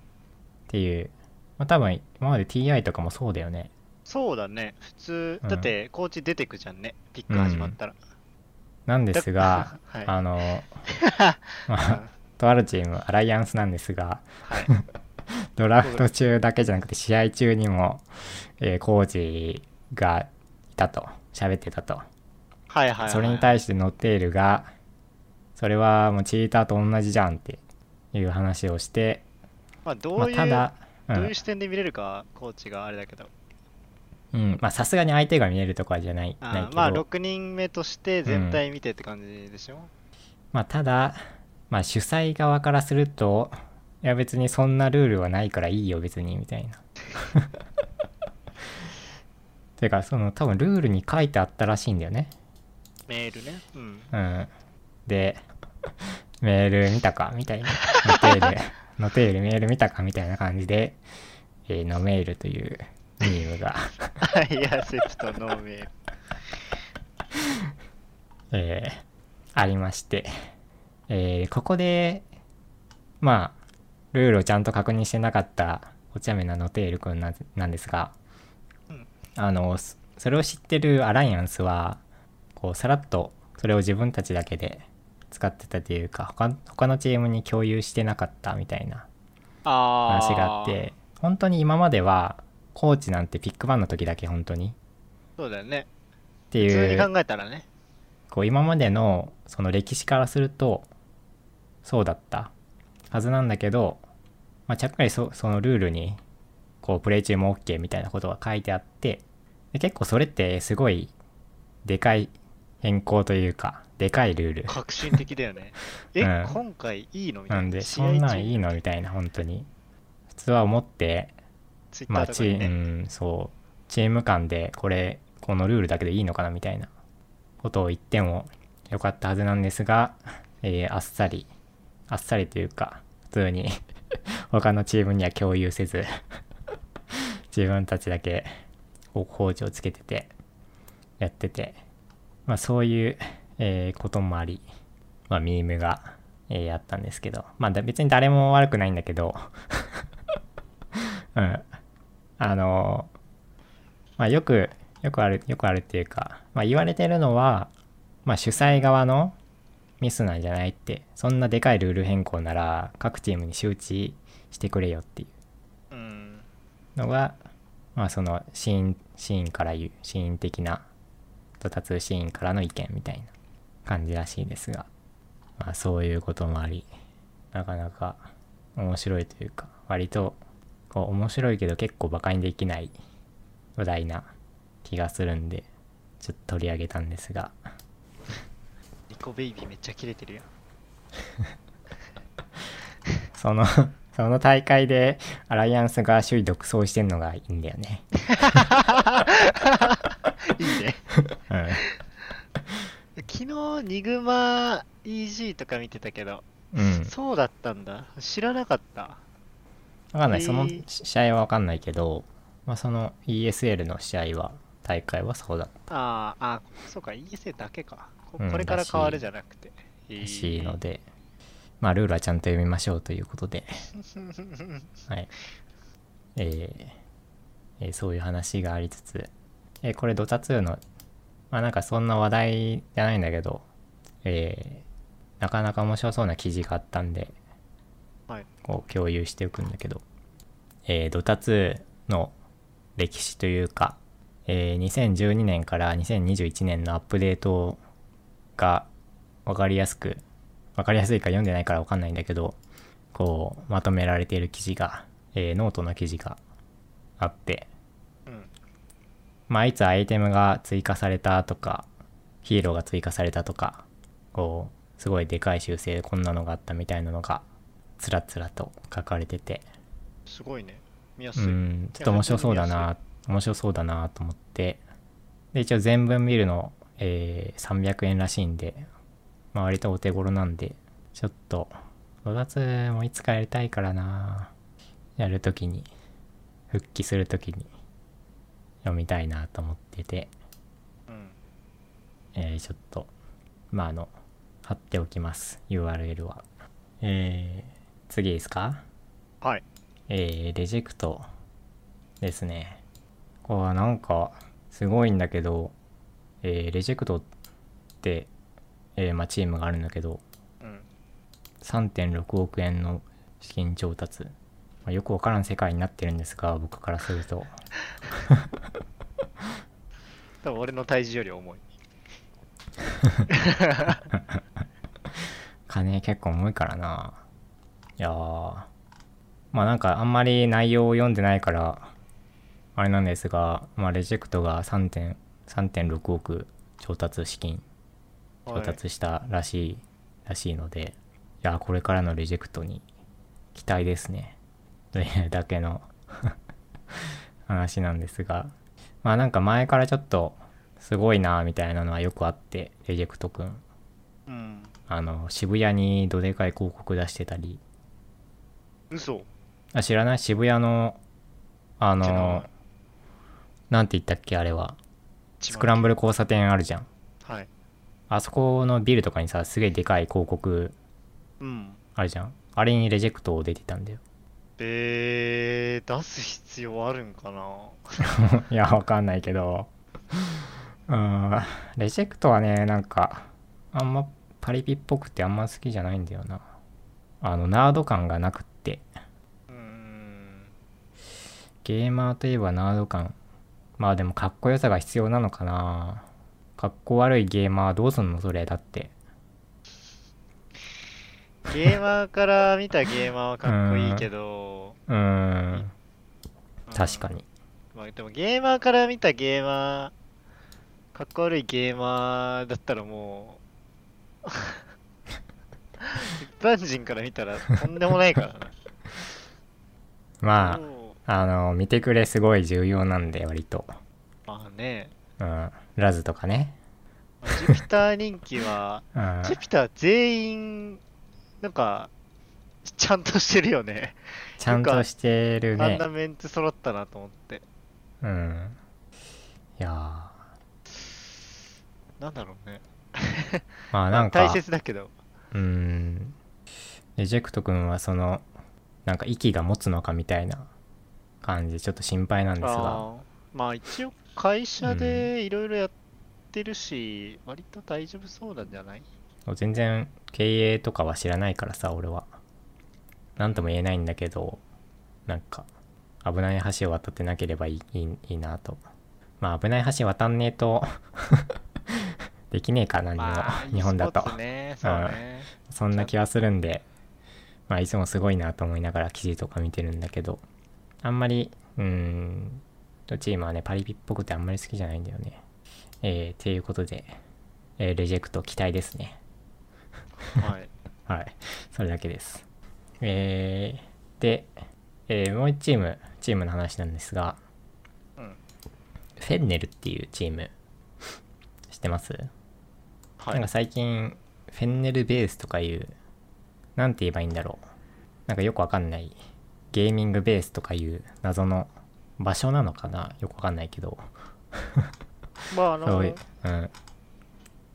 Speaker 1: ていう、まあ、多分今まで TI とかもそうだよね
Speaker 2: そうだね。普通、
Speaker 1: うん
Speaker 2: だって、コーチ出てくじゃんね。ピック始まったら。
Speaker 1: なんですが、
Speaker 2: はい
Speaker 1: あの、
Speaker 2: うん
Speaker 1: まあ、とあるチーム、アライアンスなんですが、
Speaker 2: はい。
Speaker 1: ドラフト中だけじゃなくて、試合中にも、えーコーチがいたと、喋ってたと。
Speaker 2: はいはい。
Speaker 1: それに対してノテールが、それはもうチーターと同じじゃんっていう話をして、
Speaker 2: まあ、ど
Speaker 1: まあ、
Speaker 2: ういう、
Speaker 1: ただ、う
Speaker 2: どうい
Speaker 1: ん
Speaker 2: う、視点で見れるか、コーチがあれだけど。
Speaker 1: うんまあさすがに相手が見えるとかじゃない、
Speaker 2: あ
Speaker 1: ない
Speaker 2: ー
Speaker 1: けど、
Speaker 2: ま
Speaker 1: ま
Speaker 2: あ、
Speaker 1: あ、
Speaker 2: 6人目として全体見てって感じでしょ。
Speaker 1: ただ、まあ主催側からすると、いや別にそんなルールはないからいいよ別にみたいな。 てかその多分ルールに書いてあったらしいんだよね。
Speaker 2: メールね。 うん。
Speaker 1: うん。で、メール見たかみたいな。のテー ル、のテールメール見たかみたいな感じで、えーのメールというミームが、
Speaker 2: いや、セプトノーメール。
Speaker 1: えーありまして、えーここで、まあ、ルールをちゃんと確認してなかったお茶目なのテールくんなんなんですが
Speaker 2: うん、
Speaker 1: あの、そそれを知ってるアライアンスは、こう、さらっとそれを自分たちだけで使ってたというか、他他のチームに共有してなかったみたいな
Speaker 2: ああ。
Speaker 1: 話があって、本当に今までは、コーチなんてピックバンの時だけ本当に
Speaker 2: そうだよね。
Speaker 1: っていう。
Speaker 2: 普通に考えたらね。
Speaker 1: こう今までのその歴史からするとそうだったはずなんだけど、まあ、ちゃっかりそそのルールにこうプレイ中も OK みたいなことが書いてあってで結構それってすごいでかい変更というかでかいルール
Speaker 2: 革新的だよね。え、
Speaker 1: うん
Speaker 2: 今回いいのみたい
Speaker 1: な
Speaker 2: な。
Speaker 1: んで
Speaker 2: 試
Speaker 1: そ
Speaker 2: 合
Speaker 1: んな
Speaker 2: 中
Speaker 1: んいいのみたいな本当に普通は思って
Speaker 2: ツイッ
Speaker 1: ま
Speaker 2: タ
Speaker 1: あ
Speaker 2: ーとか
Speaker 1: チ
Speaker 2: に
Speaker 1: ー
Speaker 2: ね。
Speaker 1: うんそうチーム間でこれこのルールだけでいいのかなみたいなことを言っても良かったはずなんですが、 えーあっさりあっさりというか普通に 他のチームには共有せず 自分たちだけこう工事をつけててやってて、まあ、そういう、えーこともあり、まあ、ミームが、えーあったんですけど、まあ、だ別に誰も悪くないんだけど うんあのまあ、よくよくあるよくあるっていうか、まあ、言われてるのは、まあ、主催側のミスなんじゃないってそんなでかいルール変更なら各チームに周知してくれよっていう
Speaker 2: うん。
Speaker 1: のが、まあ、そのシーンシーンから言うシーン的なドタツーシーンからの意見みたいな感じらしいですが、まあ、そういうこともありなかなか面白いというか割とこう面白いけど結構バカにできない話題な気がするんでちょっと取り上げたんですが
Speaker 2: ニコベイビーめっちゃキレて るやん。
Speaker 1: その その大会でアライアンスが首位独走してんのがいいんだよね。
Speaker 2: いいね。
Speaker 1: うん
Speaker 2: 昨日、ニグマ EG とか見てたけど、
Speaker 1: うん、
Speaker 2: そうだったんだ。知らなかった。
Speaker 1: わかんない、その
Speaker 2: へー
Speaker 1: 試合はわかんないけど、まあ、その ESL の試合は、大会はそうだっ
Speaker 2: あーあ、そうか、ESA だけか。こ
Speaker 1: うん
Speaker 2: これから
Speaker 1: らしい
Speaker 2: 変わるじゃなくて。
Speaker 1: たらしいので、まあ、ルールはちゃんと読みましょうということで、はい。えーえーそういう話がありつつ、えーこれドタ2の、まあなんかそんな話題じゃないんだけど、えーなかなか面白そうな記事があったんで、
Speaker 2: はい。
Speaker 1: こう共有しておくんだけど、えードタ2の歴史というか、えー2012年から2021年のアップデートが分かりやすく分かりやすいか読んでないから分かんないんだけどこうまとめられている記事が、えーノートの記事があって、
Speaker 2: うん。
Speaker 1: まあ、いつアイテムが追加されたとかヒーローが追加されたとかこうすごいでかい修正こんなのがあったみたいなのがつらつらと書かれてて
Speaker 2: すごいね。見やす
Speaker 1: う
Speaker 2: い。
Speaker 1: んちょっと面白そうだな面白そうだなと思ってで一応全文見るの、えー300円らしいんで、まあ、割とお手頃なんでちょっと5月もいつかやりたいからなやるときに復帰するときに読みたいなと思ってて、
Speaker 2: うん。
Speaker 1: えーちょっとまああの貼っておきます URL はえー次ですか
Speaker 2: はい。
Speaker 1: えーレジェクトですね。これはなんかすごいんだけど、えーレジェクトって、えーまあ、チームがあるんだけど、
Speaker 2: うん。
Speaker 1: 3.6億円の資金調達。まあ、よくわからん世界になってるんですが、僕からすると。
Speaker 2: 多分俺の体重より重い。
Speaker 1: 金結構重いからな。いやー。まあなんかあんまり内容を読んでないから、あれなんですが、まあレジェクトが3.6 3.6億調達資金
Speaker 2: はい
Speaker 1: 調達したらしい、らしいのでいやこれからのレジェクトに期待ですねというだけの 話なんですがまあなんか前からちょっとすごいなみたいなのはよくあってレジェクトくん
Speaker 2: うん。
Speaker 1: あの渋谷にどでかい広告出してたり
Speaker 2: 嘘
Speaker 1: あ知らない渋谷のあ
Speaker 2: 知ら
Speaker 1: の
Speaker 2: ない
Speaker 1: なんて言ったっけあれはスクランブル交差点あるじゃん
Speaker 2: はい。
Speaker 1: あそこのビルとかにさすげえでかい広告
Speaker 2: うん。
Speaker 1: あるじゃんあれにレジェクトを出てたん だよ
Speaker 2: えー、出す必要あるんかない
Speaker 1: やわかんないけどうんレジェクトはねなんかあんまパリピっぽくてあんま好きじゃないんだよなあのナード感がなくって
Speaker 2: うーん。
Speaker 1: ゲーマーといえばナード感まあでもかっこよさが必要なのかなかっこ悪いゲーマーはどうすんのそれだって
Speaker 2: ゲーマーから見たゲーマーはかっこいいけど、
Speaker 1: うーん
Speaker 2: うん
Speaker 1: 確か。に
Speaker 2: まあ、でもゲーマーから見たゲーマー、かっこ悪いゲーマーだったらもう、一般人から見たらとんでもないからな。
Speaker 1: ま あ
Speaker 2: も
Speaker 1: あの見てくれすごい重要なんで割と
Speaker 2: うまあね、
Speaker 1: うんラズとかね
Speaker 2: まあジュピター人気は、
Speaker 1: うん
Speaker 2: ジュピター全員、なんか、ちゃんとしてるよね。
Speaker 1: ちゃんとしてる
Speaker 2: あん
Speaker 1: ね
Speaker 2: なメンツ揃ったなと思って。
Speaker 1: うんいやーま
Speaker 2: なんだろうね。
Speaker 1: あなんか
Speaker 2: 大切だけど。
Speaker 1: うんエジェクト君はそのなんか息が持つのかみたいな感じでちょっと心配なんですが
Speaker 2: あーまあ一応会社でいろいろやってるし、割と大丈夫そうなんじゃない
Speaker 1: 全然経営とかは知らないからさ俺は何とも言えないんだけどなんか危ない橋を渡ってなければいいいいいいなとまあ危ない橋渡んねえと できねえか何にも、
Speaker 2: まあ、
Speaker 1: 日本だと
Speaker 2: e スポーツね、そうね。
Speaker 1: そんな気はするんで、まあ、いつもすごいなと思いながら記事とか見てるんだけど、あんまり、うーん、チームはね、パリピっぽくてあんまり好きじゃないんだよね。えー、ていうことで、えーレジェクト期待ですね。
Speaker 2: はい。
Speaker 1: はい。それだけです。えー、で、えーもう1チーム、チームの話なんですが、
Speaker 2: うん。
Speaker 1: フェンネルっていうチーム、知ってます
Speaker 2: は
Speaker 1: なん
Speaker 2: い
Speaker 1: か。最近フェンネルベースとかいうなんて言えばいいんだろうなんかよくわかんないゲーミングベースとかいう謎の場所なのかなよくわかんないけど
Speaker 2: まあ、あ
Speaker 1: そうい
Speaker 2: の
Speaker 1: う、、うん、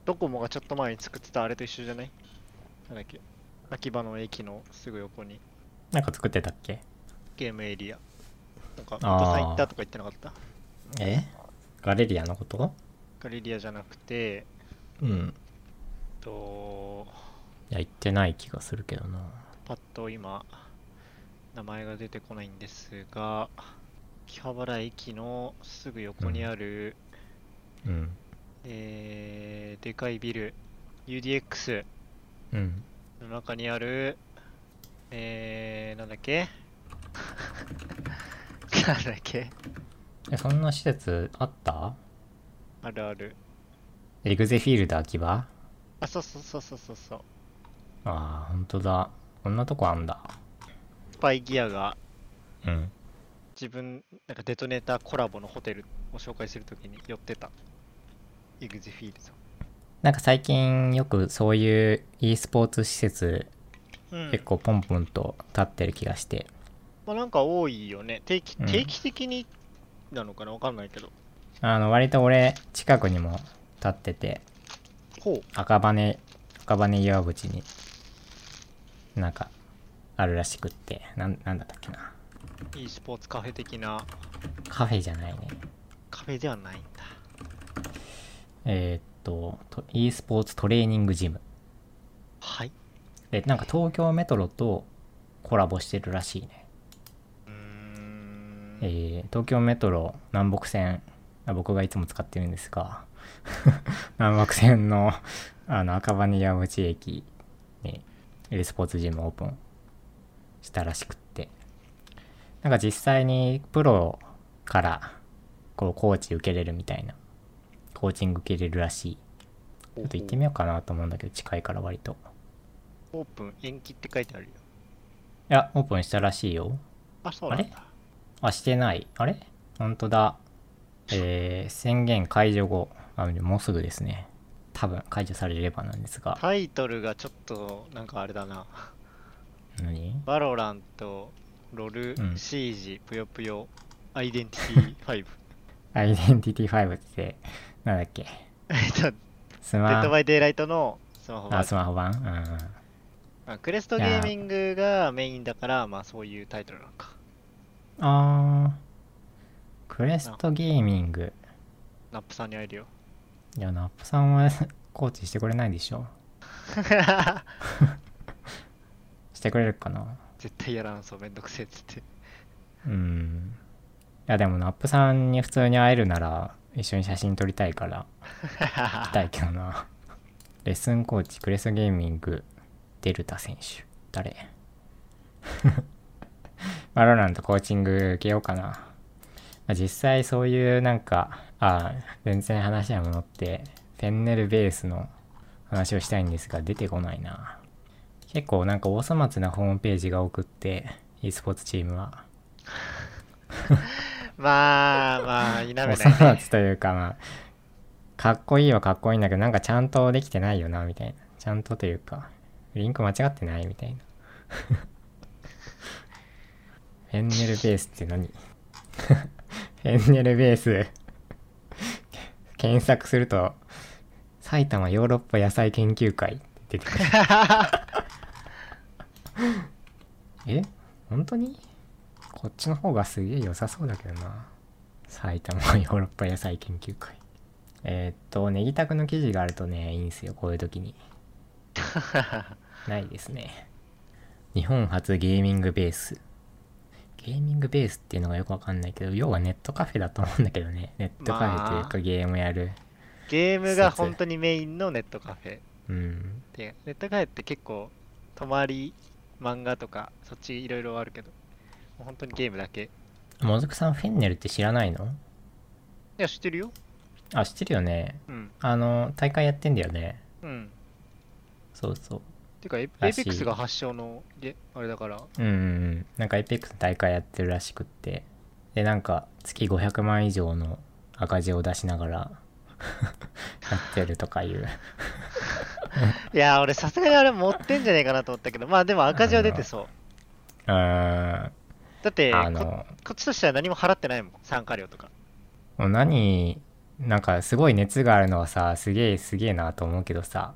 Speaker 2: ドコモがちょっと前に作ってたあれと一緒じゃないなんだっけ秋葉の駅のすぐ横に
Speaker 1: なんか作ってたっけ
Speaker 2: ゲームエリア。なんか、お
Speaker 1: あー
Speaker 2: 父さん行ったとか言ってなかった
Speaker 1: えガレリアのこと
Speaker 2: ガリリアじゃなくて、
Speaker 1: うん
Speaker 2: と、
Speaker 1: いや言ってない気がするけどな
Speaker 2: パッと今、名前が出てこないんですが、秋葉原駅のすぐ横にある、
Speaker 1: うん
Speaker 2: えーでかいビル、UDX
Speaker 1: うん
Speaker 2: の中にある、えー、なんだっけ なんだっけ
Speaker 1: えそんな施設あった
Speaker 2: あるある。
Speaker 1: エグゼフィールド秋葉
Speaker 2: あ、そうそうそうそうそうそう。
Speaker 1: ああほんとだこんなとこあんだ
Speaker 2: スパイギアが
Speaker 1: うん
Speaker 2: 自分、なんかデトネーターコラボのホテルを紹介するときに寄ってた。イグジフィール
Speaker 1: なんか最近よくそういう e スポーツ施設
Speaker 2: ド。うん。
Speaker 1: 結構ポンポンと立ってる気がして、
Speaker 2: まあなんか多いよね。定期
Speaker 1: うん
Speaker 2: 定期的になのかなわかんないけど。
Speaker 1: あの割と俺近くにも立ってて
Speaker 2: ほう。
Speaker 1: 赤羽赤羽岩淵になんかあるらしくってなんなんだったっけな
Speaker 2: e スポーツカフェ的な
Speaker 1: カフェじゃないね
Speaker 2: カフェではないんだ。
Speaker 1: えーっとと e スポーツトレーニングジム
Speaker 2: はい。
Speaker 1: でなんか東京メトロとコラボしてるらしいね、
Speaker 2: うーん。
Speaker 1: えー東京メトロ南北線あ僕がいつも使ってるんですが 南北線のあの赤羽山口駅に e スポーツジムオープンしたらしくってなんか実際にプロからこうコーチ受けれるみたいなコーチング受けれるらしいちょっと行ってみようかなと思うんだけど近いから割と
Speaker 2: オープン延期って書いてあるよ。
Speaker 1: いやオープンしたらしいよ
Speaker 2: あ、そうなんだ。
Speaker 1: あ、してない。あれ本当だ。えー、宣言解除後。あ、もうすぐですね。多分解除されればなんですが。
Speaker 2: タイトルがちょっと、なんかあれだな。
Speaker 1: 何
Speaker 2: バロラント、ロル、
Speaker 1: うん
Speaker 2: シージ、ぷよぷよ、アイデンテ ィティ5。
Speaker 1: アイデンティティ5って、なんだっけ
Speaker 2: えっ と、デ
Speaker 1: ス
Speaker 2: ッ
Speaker 1: マ
Speaker 2: ドバイデイライトのスマホバー
Speaker 1: あ、
Speaker 2: ジ
Speaker 1: ス
Speaker 2: ョン
Speaker 1: マホ版うん。
Speaker 2: まあクレストゲーミングがメインだから、まあそういうタイトルなのか。
Speaker 1: あー。クレストゲーミング。
Speaker 2: ナップさんに会えるよ。
Speaker 1: いや、ナップさんは コーチしてくれないでし ょ。してくれるかな
Speaker 2: 絶対やらんそう、めんどくせえっつって。
Speaker 1: うん。いや、でもナップさんに普通に会えるなら、一緒に写真撮りたいから。行きたいけどな レッスンコーチクレスゲーミングデルタ選手誰 バロラントコーチング受けようかなまあ実際そういうなんかあ全然話は戻ってフェンネルベースの話をしたいんですが出てこないな結構なんか大粗末なホームページが多くって e スポーツチームは
Speaker 2: まあまあ、否めない、
Speaker 1: お
Speaker 2: ね。
Speaker 1: 粗末というかまあかっこいいはかっこいいんだけどなんかちゃんとできてないよなみたいなちゃんとというかリンク間違ってないみたい なフェンネルベースって何フェンネルベース検索すると埼玉ヨーロッパ野菜研究会って出てくる え本当にこっちの方がすげえ良さそうだけどな埼玉ヨーロッパ野菜研究会えーっとネギタクの記事があるとねいいんすよこういう時にないですね日本初ゲーミングベースゲーミングベースっていうのがよくわかんないけど要はネットカフェだと思うんだけどねネットカフェという
Speaker 2: ま
Speaker 1: かゲームやる、
Speaker 2: ゲームが本当にメインのネットカフェ
Speaker 1: うん
Speaker 2: でネットカフェって結構泊まり漫画とかそっちいろいろあるけどもう本当にゲームだけい
Speaker 1: もずくさんフェンネルって知らないの
Speaker 2: や知ってるよ
Speaker 1: あ知ってるよね
Speaker 2: うん
Speaker 1: あの大会やってんだよね
Speaker 2: うん
Speaker 1: そうそう
Speaker 2: てかエエイペ
Speaker 1: らしい
Speaker 2: ックスが発祥のであれだから
Speaker 1: うんうんうんなんかエイペックスの大会やってるらしくってでなんか月500万以上の赤字を出しながら やってるとかいう
Speaker 2: いや俺さすがにあれ持ってんじゃねえかなと思ったけどまあでも赤字は出てそう
Speaker 1: うーん
Speaker 2: だって
Speaker 1: あ
Speaker 2: こ
Speaker 1: の
Speaker 2: こっちとしては何も払ってないもん参加料とか
Speaker 1: もう何なんかすごい熱があるのはさすげえすげえなと思うけどさ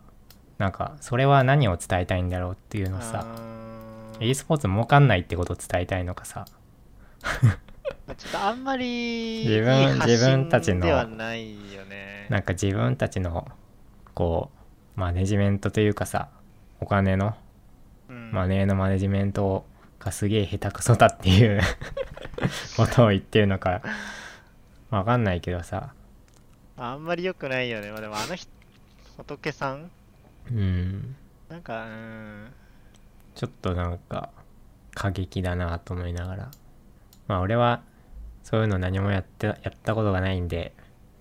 Speaker 1: なんかそれは何を伝えたいんだろうっていうのをさ
Speaker 2: うーん
Speaker 1: e スポーツ儲かんないってことを伝えたいのかさ
Speaker 2: まあちょっとあんまり
Speaker 1: 自分
Speaker 2: いい発
Speaker 1: 自
Speaker 2: 信
Speaker 1: 分たちの
Speaker 2: ではないよね
Speaker 1: なんか自分たちのこうマネジメントというかさお金の
Speaker 2: うん
Speaker 1: マネーのマネジメントがすげえ下手くそだっていうことを言ってるのかわかんないけどさ
Speaker 2: あんまり良くないよね。まあ、でもあの人、仏さん
Speaker 1: うん
Speaker 2: なんか、うーん。
Speaker 1: ちょっとなんか過激だなと思いながらまあ俺はそういうの何もやってやったことがないんで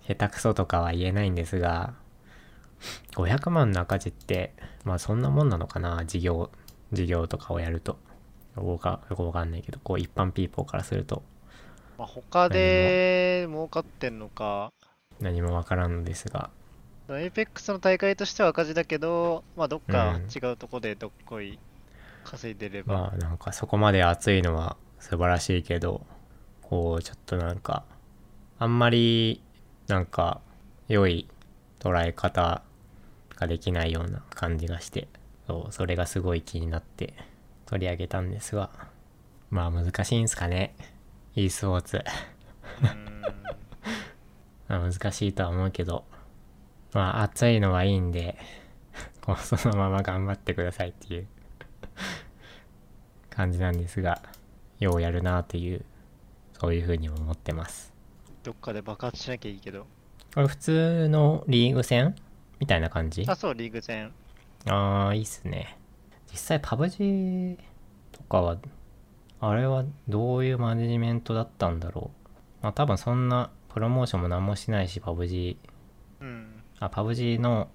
Speaker 1: 下手くそとかは言えないんですが500万の赤字ってまあそんなもんなのかな事業事業とかをやるとよくわかよくわかんないけどこう一般ピーポーからすると
Speaker 2: まあ、他で儲かってんのか。
Speaker 1: 何もわからんのですが
Speaker 2: エイペックスの大会としては赤字だけど、まあ、どっか
Speaker 1: うん
Speaker 2: 違うとこでどっこい稼いでれば。
Speaker 1: まあなんかそこまで熱いのは素晴らしいけどこうちょっとなんかあんまりなんか良い捉え方ができないような感じがしてそうそれがすごい気になって取り上げたんですがまあ難しいんすかね e スポーツ
Speaker 2: うーん。
Speaker 1: まあ難しいとは思うけどまあ熱いのはいいんで こうそのまま頑張ってくださいっていう 感じなんですがようやるなというそういうふうにも思ってます
Speaker 2: どっかで爆発しなきゃいいけど。
Speaker 1: これ普通のリーグ戦みたいな感じ
Speaker 2: あ、そう、リーグ戦。
Speaker 1: ああいいっすね実際パブ G とかはあれはどういうマネジメントだったんだろうまあ多分そんなプロモーションも何もしないしパブ G
Speaker 2: うん。
Speaker 1: あ、パブ G の、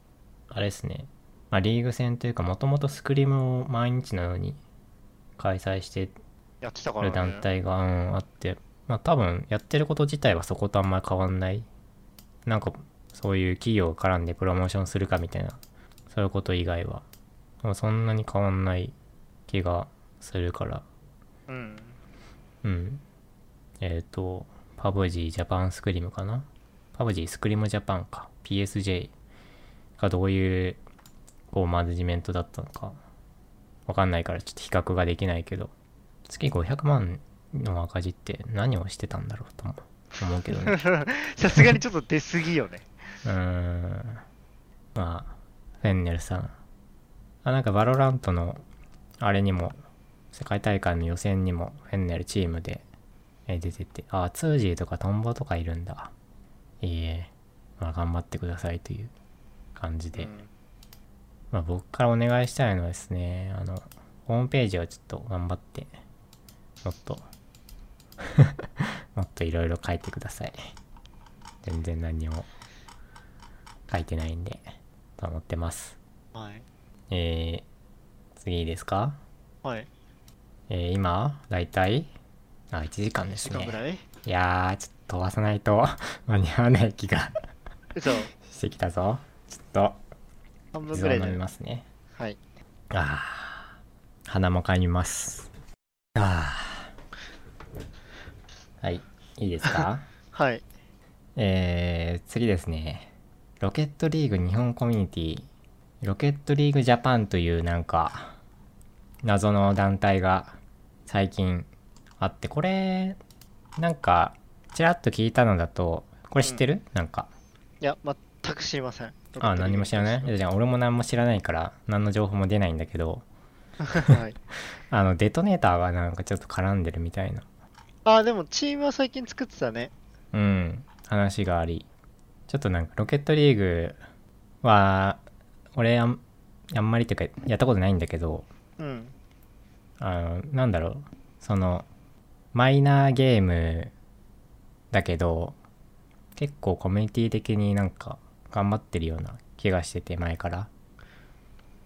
Speaker 1: あれですね、まあ、リーグ戦というか、もともとスクリームを毎日のように開催して
Speaker 2: やってたから
Speaker 1: る
Speaker 2: ね。
Speaker 1: 団体が、うんあって、まあ、多分やってること自体はそことあんまり変わんない。なんか、そういう企業絡んでプロモーションするかみたいな、そういうこと以外は、でもそんなに変わんない気がするから、
Speaker 2: うん。
Speaker 1: うん。えっ、と、パブ G ジャパンスクリームかなパブ G スクリームジャパンか。PSJ がどういう、こう、マネジメントだったのか。わかんないからちょっと比較ができないけど、月500万の赤字って何をしてたんだろうとも思うけどね。
Speaker 2: さすがにちょっと出すぎよね。
Speaker 1: うーん。まあ、フェンネルさん。あ、なんかバロラントの、あれにも、世界大会の予選にも、フェンネルチームでえー出てて、あ、ツージーとかトンボとかいるんだ。いいえ、まあ頑張ってくださいという感じで。
Speaker 2: うん
Speaker 1: まあ僕からお願いしたいのはですね、あの、ホームページをちょっと頑張って、もっと、 もっといろいろ書いてください。全然何も書いてないんで、と思ってます。
Speaker 2: はい。
Speaker 1: えー、次ですか
Speaker 2: はい。
Speaker 1: えー、今、だいたい、あ、1時間です
Speaker 2: 時間ぐ
Speaker 1: ね。
Speaker 2: らい
Speaker 1: いやー、ちょっと飛ばさないと間に合わない気が
Speaker 2: 嘘。
Speaker 1: ししてきたぞちょっ
Speaker 2: 半
Speaker 1: と
Speaker 2: 分
Speaker 1: 水
Speaker 2: ぐ
Speaker 1: を
Speaker 2: らい
Speaker 1: 飲
Speaker 2: で
Speaker 1: み。ますね
Speaker 2: はい。
Speaker 1: ああ鼻もかみますああはいいいです か
Speaker 2: はい。
Speaker 1: えー、次ですねロケットリーグ日本コミュニティロケットリーグジャパンというなんか謎の団体が最近あってこれなんかちらっと聞いたのだとこれ知ってる、なんか
Speaker 2: いや、全く知りません。
Speaker 1: ああ何も知らないいやじゃあ俺も何も知らないから何の情報も出ないんだけど
Speaker 2: はい。
Speaker 1: あのデトネーターがなんかちょっと絡んでるみたいな
Speaker 2: あ、でもチームは最近作ってたね。
Speaker 1: うん話がありちょっとなんかロケットリーグは俺あんあんまりっていうかやったことないんだけど
Speaker 2: うん。
Speaker 1: あのなんだろうそのマイナーゲームだけど結構コミュニティ的になんか頑張ってるような気がしてて前から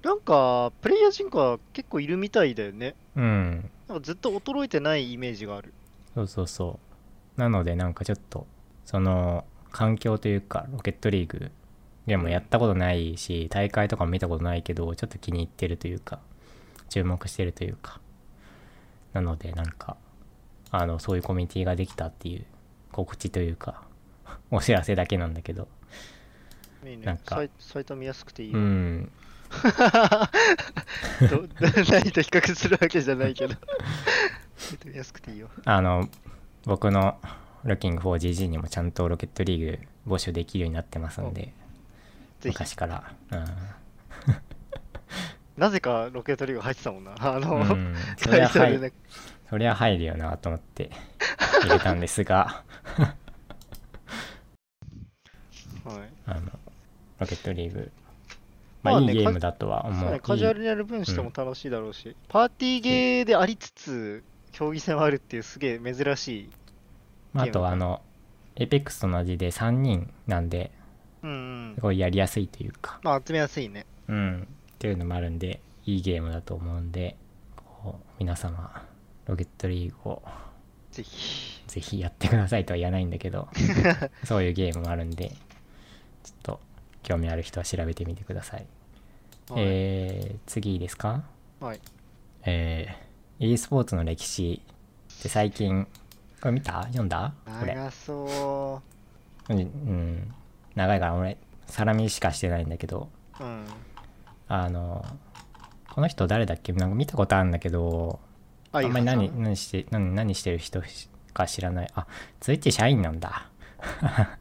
Speaker 2: なんか、プレイヤー人口は結構いるみたいだよね。
Speaker 1: うん
Speaker 2: なんかずっと衰えてないイメージがある。
Speaker 1: そうそうそうなのでなんかちょっとその環境というかロケットリーグでもやったことないし大会とかも見たことないけどちょっと気に入ってるというか注目してるというかなのでなんかあのそういうコミュニティができたっていう告知というか お知らせだけなんだけど
Speaker 2: いい
Speaker 1: なん
Speaker 2: ね。
Speaker 1: か
Speaker 2: サイサイト見やすくていいよ。
Speaker 1: うん
Speaker 2: ど 何と比較するわけじゃな いけど。サイト見やすくていいよ。
Speaker 1: あの僕の Looking4GG にもちゃんとロケットリーグ募集できるようになってますんで
Speaker 2: ぜひ。
Speaker 1: 昔から、うん、
Speaker 2: なぜかロケットリーグ入ってたもんな。あの、
Speaker 1: うん、そり
Speaker 2: タ
Speaker 1: ゃ
Speaker 2: イト
Speaker 1: 入
Speaker 2: ル
Speaker 1: る
Speaker 2: ね。
Speaker 1: そりゃ入るよなと思っ て入れたんですが
Speaker 2: はい。
Speaker 1: あのロケットリーグ
Speaker 2: ま
Speaker 1: まあ
Speaker 2: あ
Speaker 1: いい
Speaker 2: ね
Speaker 1: ゲームだとは
Speaker 2: そう
Speaker 1: 思う
Speaker 2: ね、カジュアル
Speaker 1: いい
Speaker 2: にやる分しても楽しいだろうし、パーティーゲーでありつつ、競技戦はあるっていうすげえ珍しい。
Speaker 1: まあ、あとはあのエイペックスと同じで3人なんで
Speaker 2: うん、うん
Speaker 1: す。ごいやりやすいというか
Speaker 2: まあ、集めやすいね。
Speaker 1: うんっていうのもあるんでいいゲームだと思うんでこう皆様ロケットリーグを
Speaker 2: ぜひ。
Speaker 1: ぜひやってくださいとは言わないんだ けどそういうゲームもあるんでちょっと興味ある人は調べてみてください
Speaker 2: はい
Speaker 1: えー、次いいですか
Speaker 2: はい。
Speaker 1: えー、e スポーツの歴史って最近これ見た読んだこれ
Speaker 2: 長そ
Speaker 1: うんうん長いから俺サラミしかしてないんだけど
Speaker 2: う。うん。
Speaker 1: あのこの人誰だっけなんか見たことあるんだけどあんまり
Speaker 2: いい
Speaker 1: 何
Speaker 2: か
Speaker 1: 何して何何してる人しか知らないあツイッチ社員なんだ あ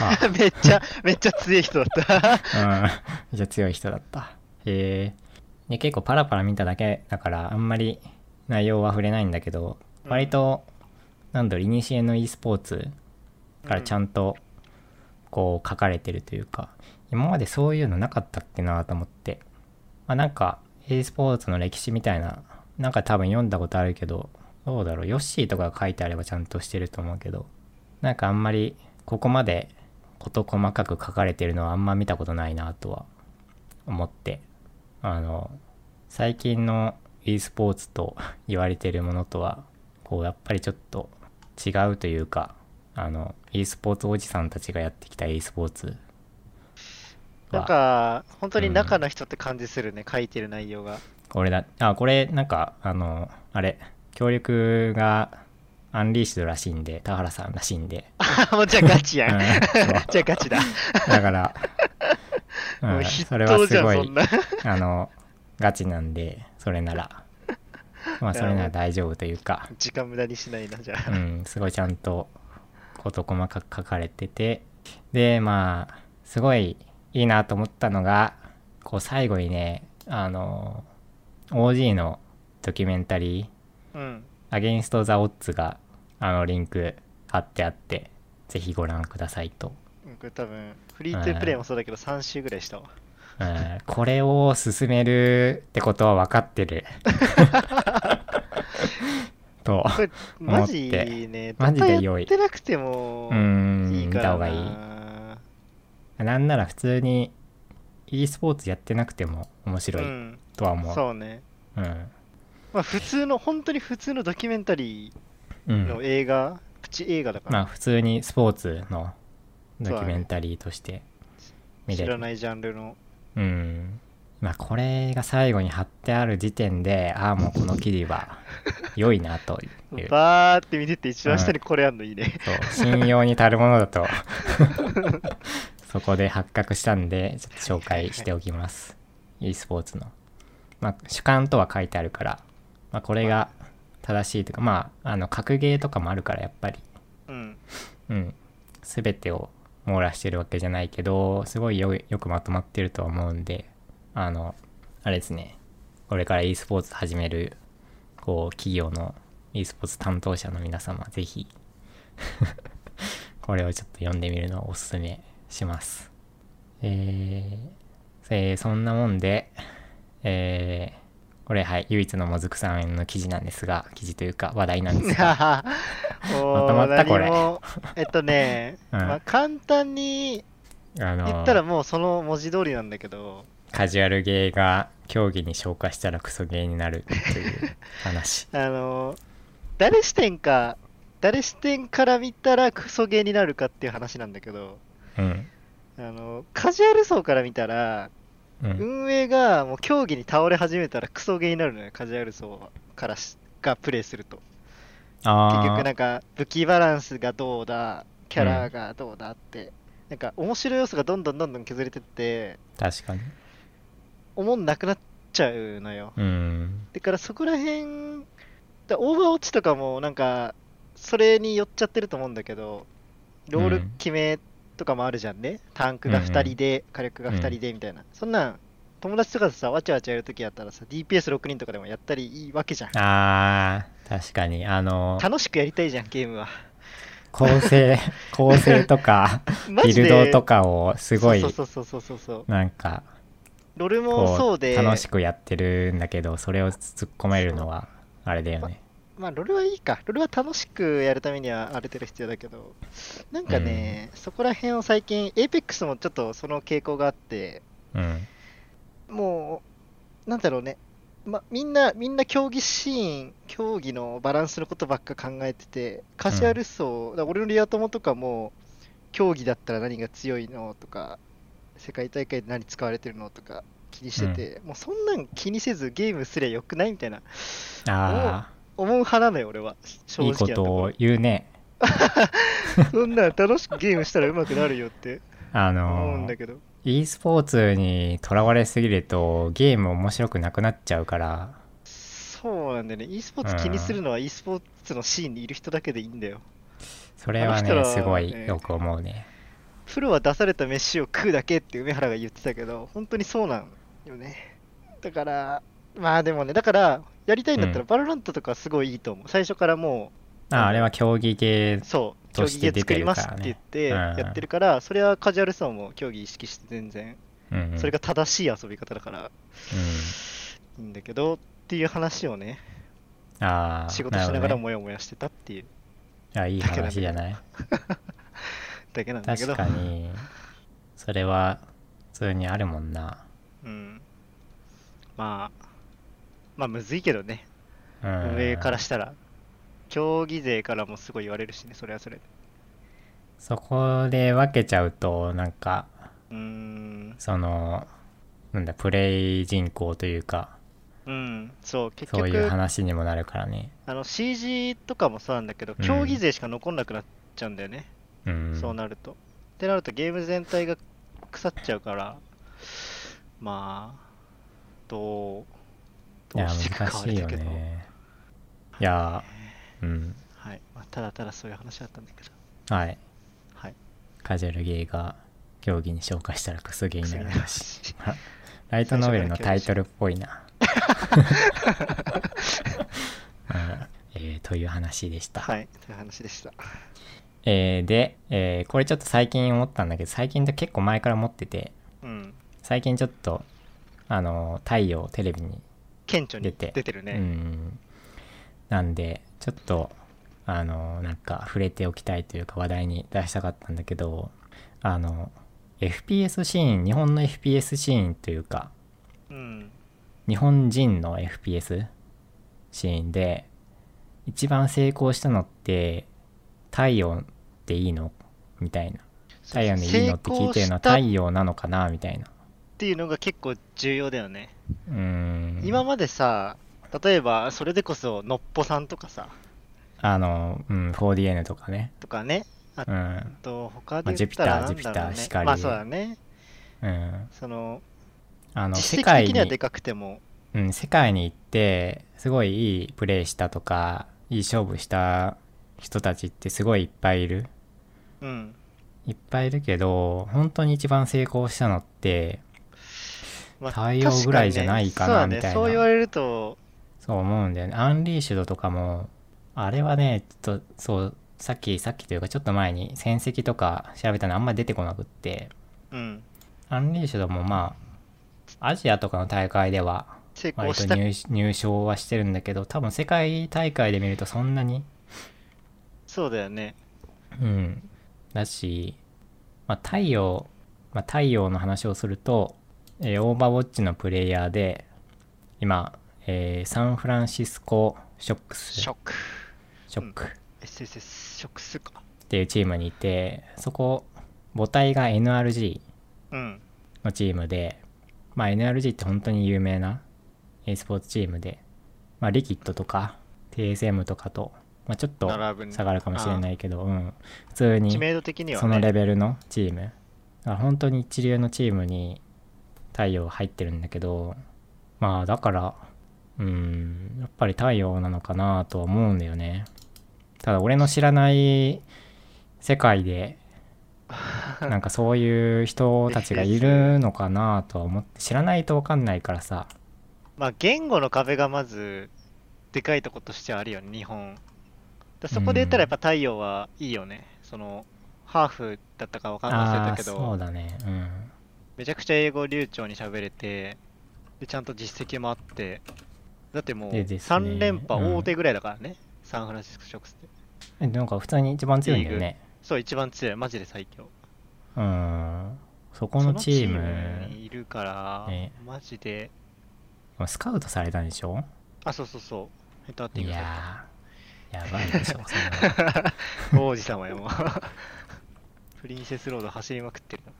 Speaker 2: な めっちゃ、めっちゃ強い人だ った。
Speaker 1: うん、めっちゃ強い人だった。へえ。で、結構パラパラ見ただけだから、あんまり内容は触れないんだけど、
Speaker 2: うん
Speaker 1: 割と、なんだろう、いにしえの e スポーツからちゃんと、こう、書かれてるというか、今までそういうのなかったっけなと思って。まあ、なんか、e スポーツの歴史みたいな、なんか多分読んだことあるけど、どうだろう、ヨッシーとかが書いてあればちゃんとしてると思うけど、なんかあんまり、ここまで事細かく書かれてるのはあんま見たことないなとは思ってあの最近の e スポーツと 言われてるものとはこうやっぱりちょっと違うというかあの e スポーツおじさんたちがやってきた e スポーツ
Speaker 2: なん
Speaker 1: は
Speaker 2: か、本当に中の人って感じするね、書いてる内容が。
Speaker 1: これだあこれなんかあのあれ協力がアンリーシドらしいんで田原さんらしいんで、
Speaker 2: もうじゃあガチ
Speaker 1: う
Speaker 2: や
Speaker 1: ん
Speaker 2: ん。じ
Speaker 1: そう
Speaker 2: ゃあガチだ。
Speaker 1: だ から、うん
Speaker 2: もう筆
Speaker 1: それは
Speaker 2: 頭じ
Speaker 1: す
Speaker 2: ゃ
Speaker 1: ご
Speaker 2: ん、そ
Speaker 1: い
Speaker 2: んな。
Speaker 1: あのガチなんでそれならまあそれなら大丈夫というか
Speaker 2: 時間無駄にしないな、じゃ
Speaker 1: う
Speaker 2: あ。
Speaker 1: んすごいちゃんと事細かく書かれててでまあすごいいいなと思ったのがこう最後にねあの OG のドキュメンタリー
Speaker 2: うん。
Speaker 1: 「アゲインスト・ザ・オッズ」があのリンク貼ってあってぜひご覧くださいと
Speaker 2: うんこれ多分、フリートゥープレイもそうだけど、3周ぐらいしたわ。
Speaker 1: うんこれを進めるってことは分かって る。と、
Speaker 2: これ、マジね、
Speaker 1: マジで良い
Speaker 2: やってなくても
Speaker 1: う、ん、
Speaker 2: いい
Speaker 1: 見
Speaker 2: か
Speaker 1: た
Speaker 2: ら
Speaker 1: 方がいい。
Speaker 2: な。
Speaker 1: なんなら普通に e スポーツやってなくても面
Speaker 2: う
Speaker 1: 白い
Speaker 2: ん、
Speaker 1: とは思う。
Speaker 2: そうね。
Speaker 1: うん。
Speaker 2: まあ、普通の、本当に普通のドキュメンタリ
Speaker 1: う
Speaker 2: ーの
Speaker 1: ん。
Speaker 2: 映画、プチ映画だから。
Speaker 1: まあ普通にスポーツのドキュメンタリーとして見
Speaker 2: 知
Speaker 1: れ
Speaker 2: ら
Speaker 1: る
Speaker 2: ないジャンルの。
Speaker 1: うんまあこれが最後に貼ってある時点でああもうこの記事は良いなと いう
Speaker 2: バーって見てって一番下にこれあんのいいね。
Speaker 1: そう信用に足るものだと そこで発覚したんでちょっと紹介しておきます e スポーツの、まあ、主観とは書いてあるから、まあ、これが正しいというかまああの格ゲーとかもあるからやっぱり
Speaker 2: うん。
Speaker 1: うん全てを網羅してるわけじゃないけどすごいよよくまとまってるとは思うんであのあれですねこれから e スポーツ始めるこう企業の e スポーツ担当者の皆様ぜひ これをちょっと読んでみるのをおすすめしますえーえーそんなもんでえーこれはい唯一のもずくさんの記事なんですが記事というか話題なんです が
Speaker 2: お
Speaker 1: まとま
Speaker 2: ー
Speaker 1: ったこれ
Speaker 2: 何も、えっとね、
Speaker 1: うん
Speaker 2: まあ、簡単に
Speaker 1: あのー
Speaker 2: 言ったらもうその文字通りなんだけど、
Speaker 1: カジュアルゲーが競技に昇華したらクソゲーになるという 話
Speaker 2: あの、誰視点か、誰視点から見たらクソゲーになるかっていう話なんだけど、
Speaker 1: うん
Speaker 2: あの、カジュアル層から見たら、
Speaker 1: うん
Speaker 2: 運営がもう競技に倒れ始めたらクソゲーになるのよ、カジュアル層からしがプレイすると。結
Speaker 1: あ
Speaker 2: 局な
Speaker 1: あ
Speaker 2: んか武器バランスがどうだキャラがどうだって、なんか面白い要素がどんどんどんどん削れてって
Speaker 1: 確かに
Speaker 2: おもんなくなっちゃうのよ
Speaker 1: うん
Speaker 2: だからそこら辺だオーバーウォッチとかもなんかそれに寄っちゃってると思うんだけどロール決めとかもあるじゃんね、タンクが2人で、火力が2人でみたいな、そんなん友達とかとさわちゃわちゃやるときやったらさ DPS6 人とかでもやったりいいわけじゃん
Speaker 1: あー確かにあの
Speaker 2: 楽しくやりたいじゃんゲーム は
Speaker 1: 構 成構成とか
Speaker 2: マ
Speaker 1: ビ
Speaker 2: ジで
Speaker 1: ルドとかをすごい
Speaker 2: そうそうそうそうそうそう
Speaker 1: なんか
Speaker 2: ロルもそ
Speaker 1: こ
Speaker 2: う
Speaker 1: う
Speaker 2: で、
Speaker 1: 楽しくやってるんだけどそれを突っ込めるのはあれだよね
Speaker 2: まあ、ロルはいいか。ロルは楽しくやるためにはある程度必要だけど、なんかね、そこら辺を最近、APEX もちょっとその傾向があって、
Speaker 1: うん
Speaker 2: もう、なんだろうね、まあ、みんな、みんな競技シーン、競技のバランスのことばっか考えてて、カジュアル層、だから俺のリア友とかも、競技だったら何が強いのとか、世界大会で何使われてるのとか気にしてて、もうそんなん気にせずゲームすりゃよくないみたいな
Speaker 1: あ
Speaker 2: 思う派なのよ、俺は。
Speaker 1: あ
Speaker 2: 正
Speaker 1: い
Speaker 2: 直
Speaker 1: い
Speaker 2: なと
Speaker 1: こ
Speaker 2: こ
Speaker 1: と
Speaker 2: ろ
Speaker 1: を言うね
Speaker 2: そんなん楽しくゲームしたら上手くなるよって
Speaker 1: あ
Speaker 2: 思
Speaker 1: の
Speaker 2: うんだけど。
Speaker 1: e スポーツにとらわれすぎるとゲーム面白くなくなっちゃうから
Speaker 2: そうなんだよね。e スポーツ気にするのは e スポーツのシーンにいる人だけでいいんだよ。
Speaker 1: それは
Speaker 2: あ
Speaker 1: ね
Speaker 2: の人ら
Speaker 1: すご
Speaker 2: え
Speaker 1: い
Speaker 2: ー
Speaker 1: よく思うね
Speaker 2: プロは出された飯を食うだけって梅原が言ってたけど、本当にそうなんよね。だから、まあでもね、だから、やりたいんだった
Speaker 1: う
Speaker 2: ら、
Speaker 1: ん
Speaker 2: バロラントとかすごいいいと思う。最初からも
Speaker 1: ああれは競技系
Speaker 2: う、そう、競
Speaker 1: とし
Speaker 2: 技
Speaker 1: て出
Speaker 2: で
Speaker 1: て
Speaker 2: 作り
Speaker 1: るか
Speaker 2: ます
Speaker 1: ら
Speaker 2: っ
Speaker 1: ね
Speaker 2: て言って
Speaker 1: うん
Speaker 2: やってるから、それはカジュアルさも競技意識して全然、
Speaker 1: うんうん
Speaker 2: それが正しい遊び方だからいいんだけど、っていう話をね、
Speaker 1: うんああ
Speaker 2: 仕事しながら
Speaker 1: も
Speaker 2: モヤモヤしてたっていう
Speaker 1: いやいい話じゃない
Speaker 2: だけなんだ
Speaker 1: 確
Speaker 2: けど
Speaker 1: かにそれは普通にあるもんな
Speaker 2: うん、まあまあむずいけどね
Speaker 1: うん
Speaker 2: 運営からしたら競技勢からもすごい言われるしねそれはそれで
Speaker 1: そこで分けちゃうとなんか
Speaker 2: うーん
Speaker 1: そのなんだプレイ人口というか
Speaker 2: うんそう結
Speaker 1: そう
Speaker 2: 局
Speaker 1: いう話にもなるからね
Speaker 2: あの CG とかもそうなんだけど
Speaker 1: うん
Speaker 2: 競技勢しか残んなくなっちゃうんだよ
Speaker 1: う
Speaker 2: ね、
Speaker 1: ん
Speaker 2: そうなるとってなるとゲーム全体が腐っちゃうからまあどう
Speaker 1: い
Speaker 2: ど
Speaker 1: や
Speaker 2: うしていくか
Speaker 1: 難
Speaker 2: はあ
Speaker 1: し
Speaker 2: れ
Speaker 1: い
Speaker 2: だ
Speaker 1: よ
Speaker 2: けど、
Speaker 1: ねいやうん
Speaker 2: はいまあ、ただただそういう話だったんだけど
Speaker 1: はい
Speaker 2: はい
Speaker 1: カジュアルゲーが競技に昇華したらクソゲーになる話
Speaker 2: し
Speaker 1: ライトノベルのタイトルっぽいな。うんえーという話でした。
Speaker 2: はい、という話でした。
Speaker 1: えーで、えーこれちょっと最近思ったんだけど最近って結構前から持ってて
Speaker 2: うん。
Speaker 1: 最近ちょっとあの太陽テレビに、
Speaker 2: 顕著に
Speaker 1: 出て
Speaker 2: 出てる
Speaker 1: う
Speaker 2: ね。
Speaker 1: んなんでちょっとあのなんか触れておきたいというか話題に出したかったんだけどあの FPS シーン日本の FPS シーンというか
Speaker 2: うん。
Speaker 1: 日本人の FPS シーンで一番成功したのって太陽っていいのみたいな太陽でいいのって聞いてるのは
Speaker 2: 成功した
Speaker 1: 太
Speaker 2: っ
Speaker 1: 陽なのかなみたいな
Speaker 2: ていうのが結構重要だよね。
Speaker 1: うーん
Speaker 2: 今までさ、例えばそれでこそのっぽさんとかさ、
Speaker 1: あの、うん、4DN とかね
Speaker 2: とかね、
Speaker 1: うん
Speaker 2: と他で言ったら
Speaker 1: まあ
Speaker 2: な
Speaker 1: ジュ
Speaker 2: ん
Speaker 1: ピ
Speaker 2: だ
Speaker 1: ター
Speaker 2: ろうね
Speaker 1: ジュピター光
Speaker 2: まあそうだね。
Speaker 1: うん
Speaker 2: その
Speaker 1: あの世
Speaker 2: 実績
Speaker 1: 界
Speaker 2: 的
Speaker 1: に
Speaker 2: にはでかくても、
Speaker 1: うん、世界に行ってすごいいいプレーしたとかいい勝負した人たちってすごいいっぱいいる
Speaker 2: うん。
Speaker 1: いっぱいいるけど本当に一番成功したのって
Speaker 2: まあ
Speaker 1: 太陽ぐらいじゃないかなみたいな
Speaker 2: そうだね、そう言われると、
Speaker 1: そう思うんだよねアンリーシュドとかもあれはねちょっとそうさっきさっきというかちょっと前に戦績とか調べたのあんまり出てこなくって
Speaker 2: うん。
Speaker 1: アンリーシュドもまあアジアとかの大会では
Speaker 2: 成功
Speaker 1: 割と
Speaker 2: した
Speaker 1: 入入賞はしてるんだけど多分世界大会で見るとそんなに
Speaker 2: そうだよね。
Speaker 1: うん、だし、まあ、太陽、まあ、太陽の話をすると、えーオーバーウォッチのプレイヤーで今、えーサンフランシスコショックス
Speaker 2: ショック。
Speaker 1: ショックっ
Speaker 2: SSS、ショックスか。
Speaker 1: ていうチームにいてそこ母体が NRG
Speaker 2: うん。
Speaker 1: のチームで、まあ、NRG って本当に有名な e スポーツチームで、まあ、リキッドとか TSM とかと、まあ、ちょっと
Speaker 2: 並ぶね
Speaker 1: 下がるかもしれないけど、うん、普通に
Speaker 2: 知名度的にはね。
Speaker 1: そのレベルのチームだから本当に一流のチームに太陽入ってるんだけどまあだからうんやっぱり太陽なのかなとは思うんだよねただ俺の知らない世界 でなんかそういう人たちがいるのかなとは思って知らないと分かんないからさ
Speaker 2: まあ、言語の壁がまず、でかいとことしてはあるよね、日本。だそこで言ったらやっぱ太陽はいいよね。その、ハーフだったかわかんない忘れ
Speaker 1: あ
Speaker 2: た
Speaker 1: あ
Speaker 2: け
Speaker 1: ーそう
Speaker 2: ど、
Speaker 1: だねうん
Speaker 2: めちゃくちゃ英語流暢に喋れて、で、ちゃんと実績もあって、だってもう、
Speaker 1: でですね
Speaker 2: 3連覇
Speaker 1: うん
Speaker 2: 大手ぐらいだからね、サンフランシスコショックスって。
Speaker 1: えなんか普通に一番強いんだよね
Speaker 2: そう、一番強い、マジで最強。
Speaker 1: うんそこのチーム
Speaker 2: そのチームにいるから、
Speaker 1: ね
Speaker 2: マジで、
Speaker 1: スカウトされたんでしょ
Speaker 2: あ、そうそうそう、ヘッドハッティン
Speaker 1: い
Speaker 2: グされた
Speaker 1: やーやばいでしょそんなの
Speaker 2: 王子様やもう プリンセスロード走りまくってるな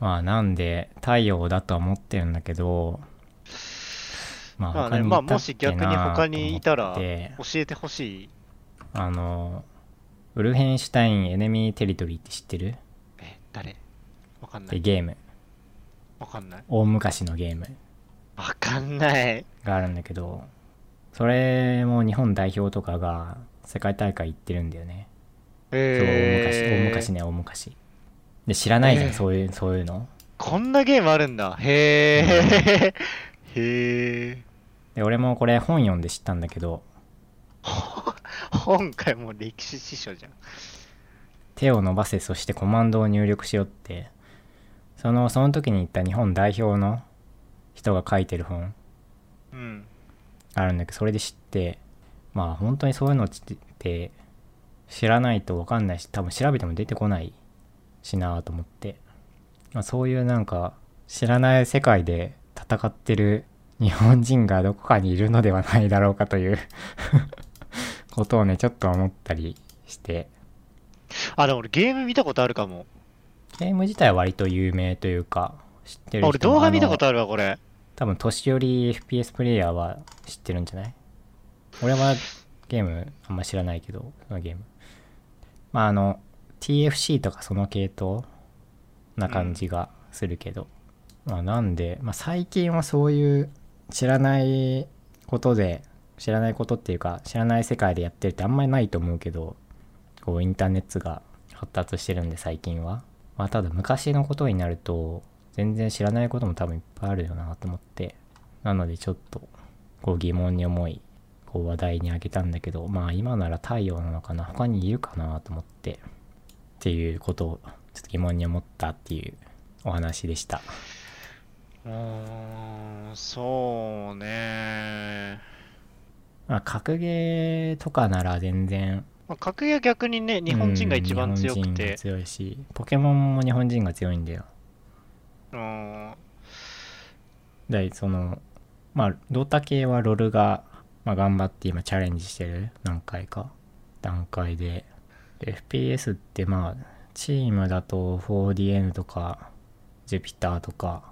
Speaker 1: まあなんで太陽だとは思ってるんだけどま
Speaker 2: まあ
Speaker 1: あ
Speaker 2: ね
Speaker 1: 他にいたっけな
Speaker 2: まあもし逆に他にいたら
Speaker 1: と思って
Speaker 2: 教えてほしい
Speaker 1: あのウルヘンシュタインエネミーテリトリーって知ってる
Speaker 2: え誰わかんな
Speaker 1: で
Speaker 2: い
Speaker 1: ゲーム
Speaker 2: わかんない
Speaker 1: 大昔のゲーム
Speaker 2: わかんない
Speaker 1: があるんだけどそれも日本代表とかが世界大会行ってるんだよねそう大昔大
Speaker 2: え
Speaker 1: 昔ね大昔で知らないじゃん、
Speaker 2: えー
Speaker 1: そういうそういうの
Speaker 2: こんなゲームあるんだへえへえ
Speaker 1: で俺もこれ本読んで知ったんだけど
Speaker 2: 今回もう歴史師匠じゃん
Speaker 1: 手を伸ばせそしてコマンドを入力しようってそのその時に行った日本代表の人が書いてる本
Speaker 2: うん
Speaker 1: あるんだけどそれで知ってまあ本当にそういうのって知らないと分かんないし多分調べても出てこないしなあと思って、まあ、そういうなんか知らない世界で戦ってる日本人がどこかにいるのではないだろうかという ことをねちょっと思ったりして
Speaker 2: あでも俺ゲーム見たことあるかも
Speaker 1: ゲーム自体は割と有名というか知ってる人
Speaker 2: あ俺動画見たこと
Speaker 1: ある
Speaker 2: あるわこれ
Speaker 1: 多分年寄り FPS プレイヤーは知ってるんじゃない俺はゲームあんま知らないけどそのゲームまああの TFC とかその系統な感じがするけど、まあなんで、まあ、最近はそういう知らないことで知らないことっていうか知らない世界でやってるってあんまりないと思うけどこうインターネットが発達してるんで最近は、まあ、ただ昔のことになると全然知らないことも多分いっぱいあるよなと思ってなのでちょっとこう疑問に思いこう話題に挙げたんだけどまあ今なら太陽なのかな他にいるかなと思ってっていうことをちょっと疑問に思ったっていうお話でした
Speaker 2: うーんそうね
Speaker 1: まあ格ゲーとかなら全然
Speaker 2: まあ格ゲーは逆にね日本人が一番強
Speaker 1: うん
Speaker 2: く
Speaker 1: 日本人
Speaker 2: て
Speaker 1: が強いしポケモンも日本人が強いんだよ
Speaker 2: うん
Speaker 1: でそのまあドータ系はロルが、まあ、頑張って今チャレンジしてる何回か段階でで FPS ってまあチームだと 4DM とか Jupiter とか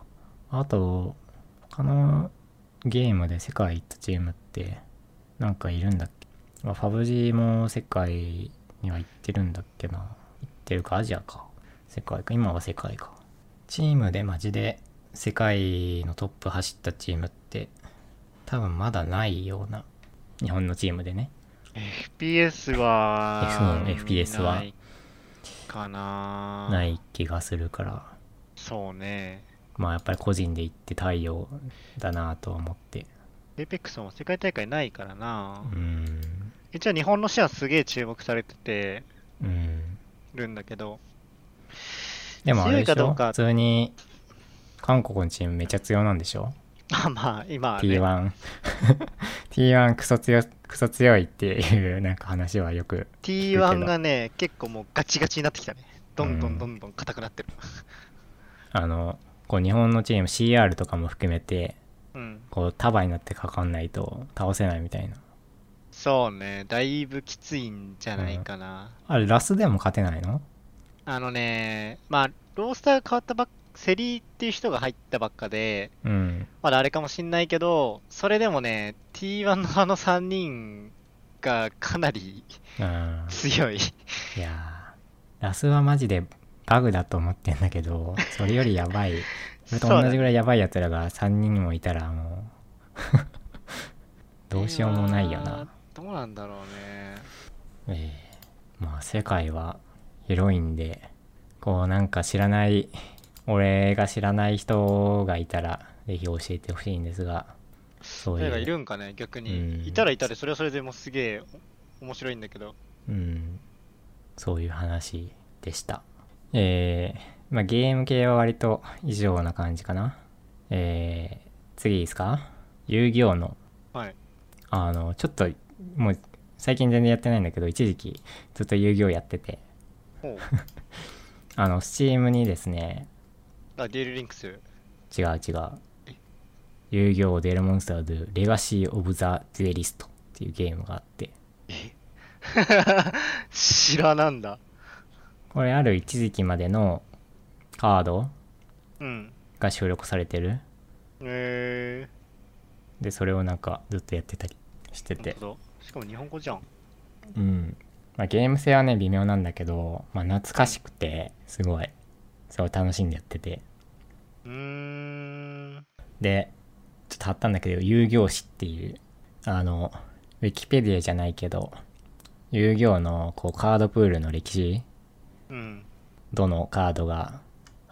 Speaker 1: あと他のゲームで世界行ったチームってなんかいるんだっけまあファブジーも世界には行ってるんだっけな行ってるかアジアか世界か今は世界かチームでマジで世界のトップ走ったチームって多分まだないような日本のチームでね
Speaker 2: FPS は、
Speaker 1: そう FPS は
Speaker 2: ないかな。
Speaker 1: ないい気がするから
Speaker 2: そうね。
Speaker 1: まあやっぱり個人で行って太陽だなとは思って
Speaker 2: エイペックスも世界大会ないからな
Speaker 1: う。ん
Speaker 2: 一応日本のシェアすげえ注目されてて
Speaker 1: うん
Speaker 2: るんだけど、
Speaker 1: でもあれで
Speaker 2: 強いか
Speaker 1: し
Speaker 2: ど
Speaker 1: ょ
Speaker 2: うか
Speaker 1: 普通に韓国のチームめっちゃ強なんでしょ
Speaker 2: まあまあ、今はね、
Speaker 1: T1 T1 クソ強クソ強いっていうなんか話はよく
Speaker 2: T1 がね、結構もうガチガチになってきたね。どんどんどんどん硬くなってる。
Speaker 1: あのこう日本のチーム CR とかも含めて
Speaker 2: うん。
Speaker 1: こう束になってかかんないと倒せないみたいな
Speaker 2: そうね、だいぶきついんじゃないかな。
Speaker 1: あれラスでも勝てないの
Speaker 2: あのね、まあ、ロースターが変わったばっセリーっていう人が入ったばっかで、
Speaker 1: うん
Speaker 2: まだあれかもしんないけど、それでもね、T1 のあの3人がかなり
Speaker 1: うん
Speaker 2: 強い。
Speaker 1: いやーラスはマジでバグだと思ってんだけどそれよりやばいそれと同じぐらいやばいやつらが3人もいたらもう どうしようもないよな。
Speaker 2: どうなんだろうね。
Speaker 1: ええまあ世界は広いんでこうなんか知らない俺が知らない人がいたらぜひ教えてほしいんですがそう
Speaker 2: 誰がい
Speaker 1: いう
Speaker 2: るんかね、逆
Speaker 1: うん
Speaker 2: に。いたらいたで、それはそれでもうすげえお面白いんだけど。
Speaker 1: うん、そういう話でした。えー、まあゲーム系は割と以上な感じかな。えー、次いいですか遊戯王の、
Speaker 2: はい。
Speaker 1: あの、ちょっと、もう最近全然やってないんだけど、一時期ずっと遊戯王やってて、
Speaker 2: ほ う。
Speaker 1: あの、Steam にですね、
Speaker 2: あ、デュエルリンクス。
Speaker 1: 違う違う、遊戯王デルモンスターズレガシー・オブ・ザ・デュエリストっていうゲームがあって、
Speaker 2: 知らなんだ。
Speaker 1: これある一時期までのカード
Speaker 2: うん。
Speaker 1: が収録されてる
Speaker 2: え
Speaker 1: でそれをなんかずっとやってたりして
Speaker 2: ー。
Speaker 1: て、
Speaker 2: 本当だしかも日本語じゃん。
Speaker 1: うんまあ、ゲーム性はね微妙なんだけど、まあ、懐かしくてすごいすごい楽しんでやってて
Speaker 2: うーん。
Speaker 1: でちょっと貼ったんだけど遊行誌っていうあのウィキペディアじゃないけど遊行のこうカードプールの歴史
Speaker 2: うん。
Speaker 1: どのカードが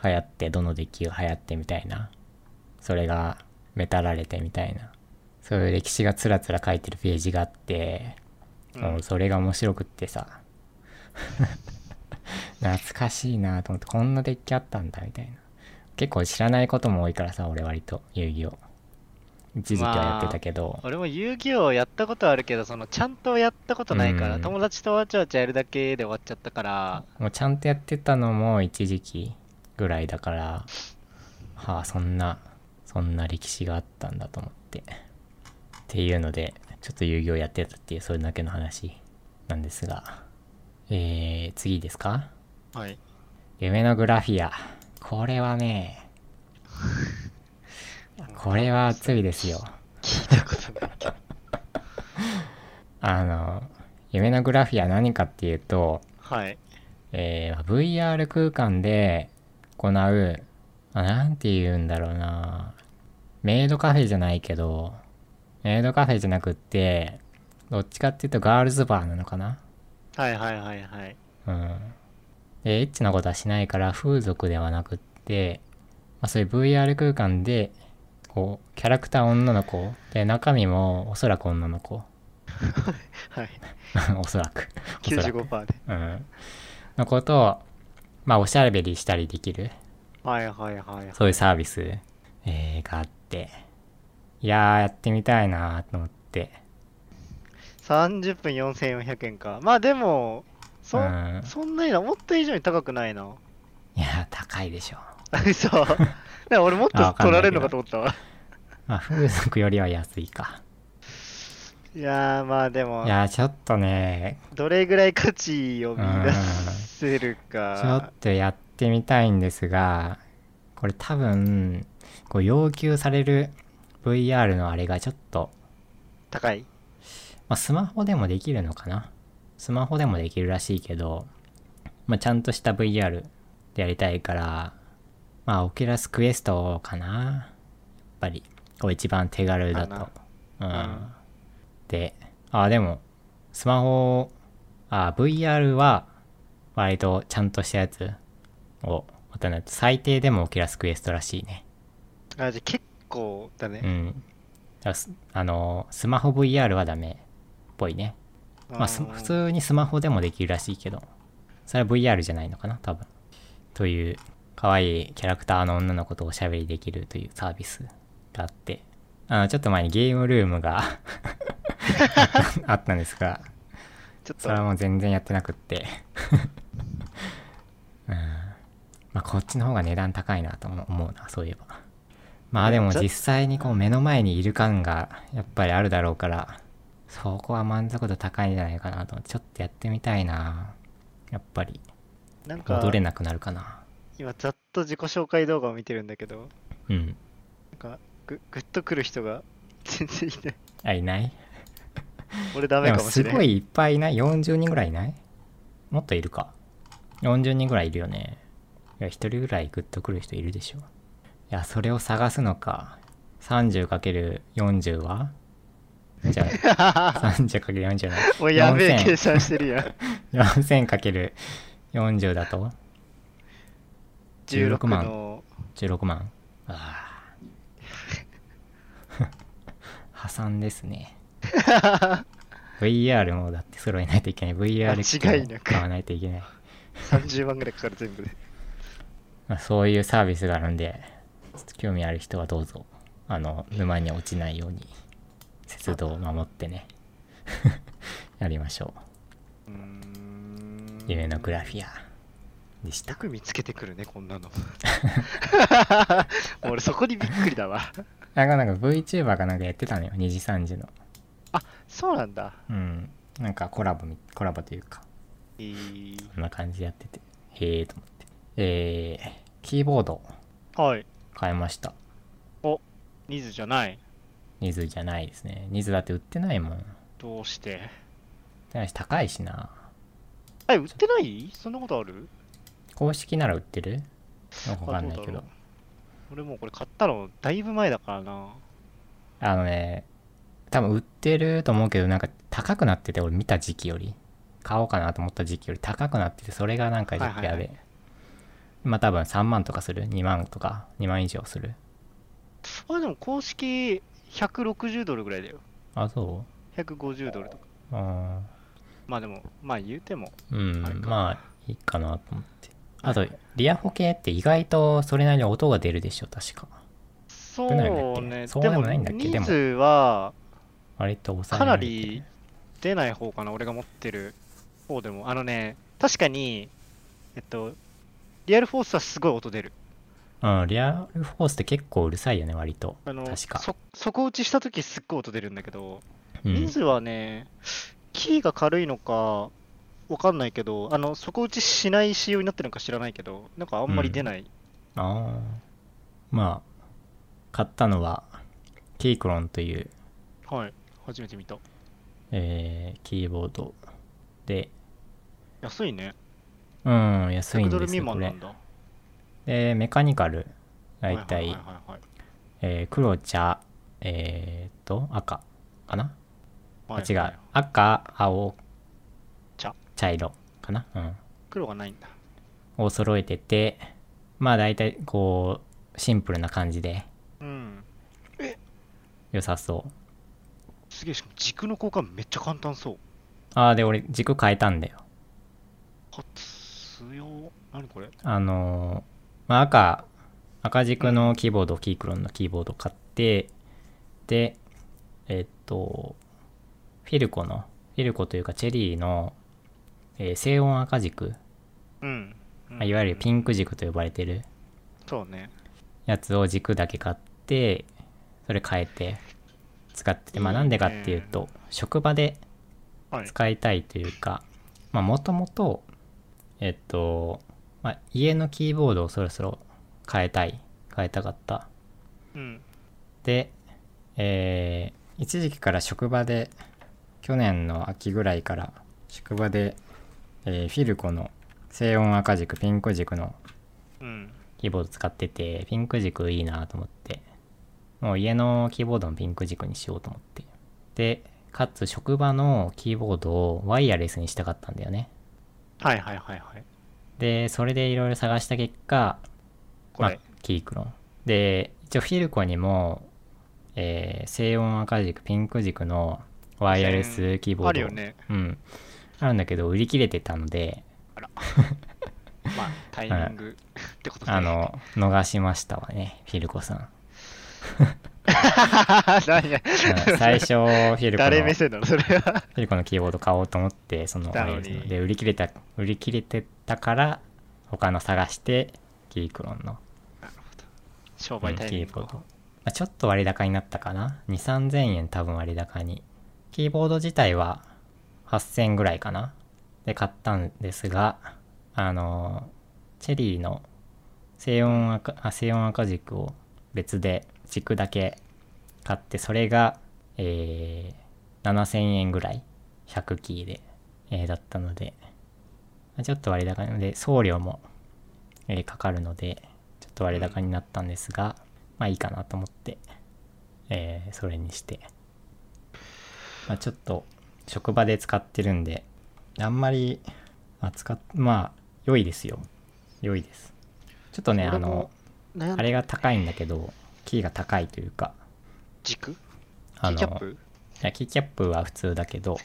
Speaker 1: 流行ってどのデッキが流行ってみたいなそれがメタられてみたいなそういう歴史がつらつら書いてるページがあって
Speaker 2: う
Speaker 1: もうんそれが面白くってさ 懐かしいなと思ってこんなデッキあったんだみたいな結構知らないことも多いからさ俺割と遊戯を一時期はやってたけど、
Speaker 2: 俺も遊戯王やったことあるけど、そのちゃんとやったことないから、
Speaker 1: うん
Speaker 2: 友達とわちゃわちゃやるだけで終わっちゃったから、
Speaker 1: もうちゃんとやってたのも一時期ぐらいだからはあそんなそんな歴史があったんだと思ってっていうのでちょっと遊戯をやってたっていうそれだけの話なんですがえー、次ですか
Speaker 2: はい。
Speaker 1: 夢のグラフィアこれはねこれは熱いですよ
Speaker 2: 聞いたことない けど。
Speaker 1: あの夢のグラフィア何かっていうと
Speaker 2: はい。
Speaker 1: えーまあ VR 空間で行う、あ、なんて言うんだろうな。メイドカフェじゃないけど、メイドカフェじゃなくって、どっちかっていうとガールズバーなのかな
Speaker 2: はいはいはいはい。
Speaker 1: うん。で、エッチなことはしないから風俗ではなくって、まあ、そういう VR 空間で、こう、キャラクター女の子、で、中身もおそらく女の子。
Speaker 2: はい。
Speaker 1: おそらく。おそらく。
Speaker 2: 95%で。
Speaker 1: うん。のことを、まあ、おしゃべりしたりできる。
Speaker 2: はいはいはい。
Speaker 1: そういうサービス、えーがあって、いやー、やってみたいなーと思って。
Speaker 2: 30分4400円か。まあでも、そ,、
Speaker 1: うん
Speaker 2: そんなにな、思った以上に高くない な。
Speaker 1: いやー、高いでしょ。
Speaker 2: 嘘。ね俺もっ
Speaker 1: あわ
Speaker 2: と
Speaker 1: かん
Speaker 2: 取
Speaker 1: な
Speaker 2: ら
Speaker 1: いけど
Speaker 2: れるのかと思ったわ。
Speaker 1: まあ、風俗よりは安いか。
Speaker 2: いやーまあでも
Speaker 1: い、やー、ちょっとね、
Speaker 2: どれぐらい価値を見出てる
Speaker 1: ちょっ
Speaker 2: か。
Speaker 1: とやってみたいんですがこれ多分こう要求される VR のあれがちょっと、
Speaker 2: 高い
Speaker 1: まあ、スマホでもできるのかなスマホでもできるらしいけど、まあ、ちゃんとした VR でやりたいからまあオキュラスクエストかなやっぱりこう一番手軽だと
Speaker 2: か
Speaker 1: うん
Speaker 2: うん
Speaker 1: であでもスマホあ VR は割とちゃんとしたやつをまたね最低でもオキュラスクエストらしいね
Speaker 2: あ、じゃあ結構だ
Speaker 1: う
Speaker 2: ね。
Speaker 1: んだからすあのスマホ VR はダメっぽいねまあす
Speaker 2: うん
Speaker 1: 普通にスマホでもできるらしいけどそれは VR じゃないのかな多分という可愛いキャラクターの女の子とおしゃべりできるというサービスがあってあのちょっと前にゲームルームが あったあったんですが
Speaker 2: ちょっ
Speaker 1: そ
Speaker 2: と
Speaker 1: れはもう全然やってなくって うんまあこっちの方が値段高いなとも思うなそういえばまあでも実際にこう目の前にいる感がやっぱりあるだろうからそこは満足度高いんじゃないかなとちょっとやってみたいなやっぱり
Speaker 2: なんか
Speaker 1: 戻れなくなるかな
Speaker 2: 今ざっと自己紹介動画を見てるんだけど
Speaker 1: うん
Speaker 2: なんかぐぐっとくる人が 全然いない
Speaker 1: あいない
Speaker 2: 俺ダメ
Speaker 1: で
Speaker 2: か
Speaker 1: も
Speaker 2: もし
Speaker 1: す
Speaker 2: れ
Speaker 1: ご
Speaker 2: ない
Speaker 1: いいっぱいいない40人ぐらいいないもっといるか40人ぐらいいるよねいや1人ぐらいグッとくる人いるでしょいやそれを探すのか 30×40 はじゃあ 30×40 は
Speaker 2: もうやべえ
Speaker 1: 4000
Speaker 2: 計算してるや ん
Speaker 1: 4000×40 だと
Speaker 2: 16
Speaker 1: 16万
Speaker 2: の
Speaker 1: 16万ああ 破産です ね VR もだって揃えないといけない VR 機
Speaker 2: 間違いな
Speaker 1: も
Speaker 2: く
Speaker 1: 買わないといけない
Speaker 2: 30万ぐらいかかる 全部で
Speaker 1: まあ、そういうサービスがあるんでちょっと興味ある人はどうぞあの沼に落ちないように節度を守ってね やりましょ
Speaker 2: うーん
Speaker 1: う夢のグラフィアでし
Speaker 2: よ
Speaker 1: た
Speaker 2: く見つけてくるねこんなの もう俺そこにびっくりだわ
Speaker 1: なんかなんか VTuber がなんかやってたのよ2時3時の
Speaker 2: そうなんだ
Speaker 1: うんなんかコラボみコラボというか
Speaker 2: えー
Speaker 1: そんな感じでやっててへえと思ってえー、キーボード
Speaker 2: はい
Speaker 1: 買いました
Speaker 2: ニズじゃない
Speaker 1: ニズじゃないですねニズだって売ってないもん売っ
Speaker 2: どうして
Speaker 1: てないし高いしな
Speaker 2: え売ってないそんなことある
Speaker 1: 公式なら売ってるなんかわかんない
Speaker 2: あ
Speaker 1: け
Speaker 2: どうだ
Speaker 1: ど
Speaker 2: ろう俺もうこれ買ったのだいぶ前だからな
Speaker 1: あのね、多分売ってると思うけど、なんか高くなってて、俺見た時期より、買おうかなと思った時期より高くなってて、それがなんかちょっとや
Speaker 2: はいはい
Speaker 1: べ
Speaker 2: は
Speaker 1: え。今多分3万とかする ?2 万とか、2万以上する。
Speaker 2: あでも公式160ドルぐらいだよ
Speaker 1: あ、そ
Speaker 2: 150ドルとか
Speaker 1: うあ
Speaker 2: まあでもまあ言うても
Speaker 1: ーうん
Speaker 2: あれ、か
Speaker 1: まあいいかなと思って。あと、リアホ系って意外とそれなりに音が出るでしょ、確か。
Speaker 2: そう
Speaker 1: ないんだっけ
Speaker 2: ね
Speaker 1: そう
Speaker 2: で
Speaker 1: で
Speaker 2: も
Speaker 1: もないんだっけで
Speaker 2: 人
Speaker 1: も
Speaker 2: 数は
Speaker 1: 割と抑
Speaker 2: か
Speaker 1: えら
Speaker 2: な
Speaker 1: れて
Speaker 2: り出ない方かな俺が持ってる方でもあのね確かにえっとリアルフォースはすごい音出る
Speaker 1: うん、リアルフォースって結構うるさいよね、割と。
Speaker 2: あの
Speaker 1: 確か
Speaker 2: そ底打ちした時すっごい音出るんだけど、
Speaker 1: う
Speaker 2: 人
Speaker 1: ん。
Speaker 2: 数はねキーが軽いのかわかんないけどあの底打ちしない仕様になってるのか知らないけどなんかあんまり出ない、
Speaker 1: ああまあ買ったのはキークロンという、
Speaker 2: はい初めて見た
Speaker 1: えーキーボードで
Speaker 2: 安いね
Speaker 1: うん安い
Speaker 2: 100
Speaker 1: ん
Speaker 2: ドル
Speaker 1: です
Speaker 2: 未
Speaker 1: よこ
Speaker 2: 満な
Speaker 1: れ
Speaker 2: んだ
Speaker 1: でメカニカル大
Speaker 2: は
Speaker 1: 体、
Speaker 2: いはいはいはいはい
Speaker 1: えー黒茶えー、と赤かな、
Speaker 2: は
Speaker 1: あ
Speaker 2: い
Speaker 1: 違う赤青
Speaker 2: 茶
Speaker 1: 茶色かなうん
Speaker 2: 黒がないんだ
Speaker 1: を揃えててまあ大体こうシンプルな感じで
Speaker 2: うん
Speaker 1: 良さそう
Speaker 2: すげえしかも軸の交換めっちゃ簡単そう
Speaker 1: ああで俺軸変えたんだよ
Speaker 2: は強何これ
Speaker 1: あのーまあ、赤、赤軸のキーボード、キークロンのキーボード買って、で、えっと、フィルコの、フィルコというかチェリーの、えー静音赤軸、
Speaker 2: うん、
Speaker 1: まあいわゆるピ
Speaker 2: ン
Speaker 1: ンク軸と呼ばれてる
Speaker 2: そうね
Speaker 1: やつを軸だけ買って、それ変えて使ってて、まあ
Speaker 2: いい
Speaker 1: な
Speaker 2: ね
Speaker 1: んでかっていうと、職場で
Speaker 2: はい
Speaker 1: 使いたいというか、まあもともと、えっと、まあ、家のキーボードをそろそろ変えたい変えたかった
Speaker 2: うん。
Speaker 1: で、えー一時期から職場で去年の秋ぐらいから職場で、えーフィルコの静音赤軸ピンク軸の
Speaker 2: うん。
Speaker 1: キーボード使っててピンク軸いいなと思ってもう家のキーボードのピンク軸にしようと思ってでかつ職場のキーボードをワイヤレスにしたかったんだよね
Speaker 2: はいはいはいはい。
Speaker 1: でそれでいろいろ探した結果
Speaker 2: これ。
Speaker 1: キークロンで一応フィルコにも、えー静音赤軸ピンク軸のワイヤレスキーボード
Speaker 2: あるよね。
Speaker 1: うんあるんだけど売り切れてたので
Speaker 2: まあ、タイミング ってこと
Speaker 1: あ。の逃しましたわねフィルコさん
Speaker 2: 何や
Speaker 1: うん最初フィルコの
Speaker 2: 誰目線なのそれは。
Speaker 1: フィルコのキーボード買おうと思ってその
Speaker 2: なのに
Speaker 1: あれで売り切れた売り切れてたから他の探してキークロンの
Speaker 2: 商売タイミン
Speaker 1: キーボ
Speaker 2: グ
Speaker 1: ー。ド、まあ、ちょっと割高になったかな23000円多分割高にキーボード自体は8000ぐらいかなで買ったんですがあのチェリーの静音赤あ静音赤軸を別で軸だけ買ってそれが、えー7000円ぐらい100キーで、えーだったのでまあちょっと割高なので送料も、えーかかるのでちょっと割高になったんですが、まあいいかなと思って、えーそれにして、まあ、ちょっと職場で使ってるんであんまり、まあ、使っまあ良いですよ良いですちょっとねあ
Speaker 2: 俺も
Speaker 1: の
Speaker 2: 悩ん
Speaker 1: あれが高いんだけどキーが高いというか
Speaker 2: 軸
Speaker 1: あの
Speaker 2: キャップ
Speaker 1: いやキーキャップは普通だけど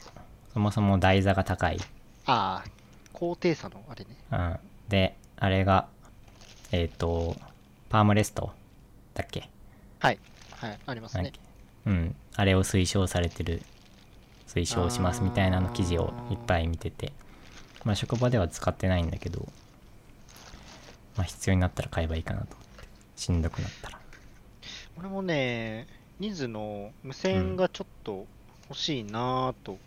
Speaker 1: そもそも台座が高い、
Speaker 2: ああ、高低差のあれね。
Speaker 1: うん、であれがえっ、とパームレストだっけ
Speaker 2: はい。はい、あります
Speaker 1: なんだ
Speaker 2: ね
Speaker 1: っ。けうんあれを推奨されてる推奨しますみたいなの記事をいっぱい見ててまあ職場では使ってないんだけどまあ必要になったら買えばいいかなと思ってしんどくなったら
Speaker 2: 俺もね、ニズの無線がちょっと欲しいなぁと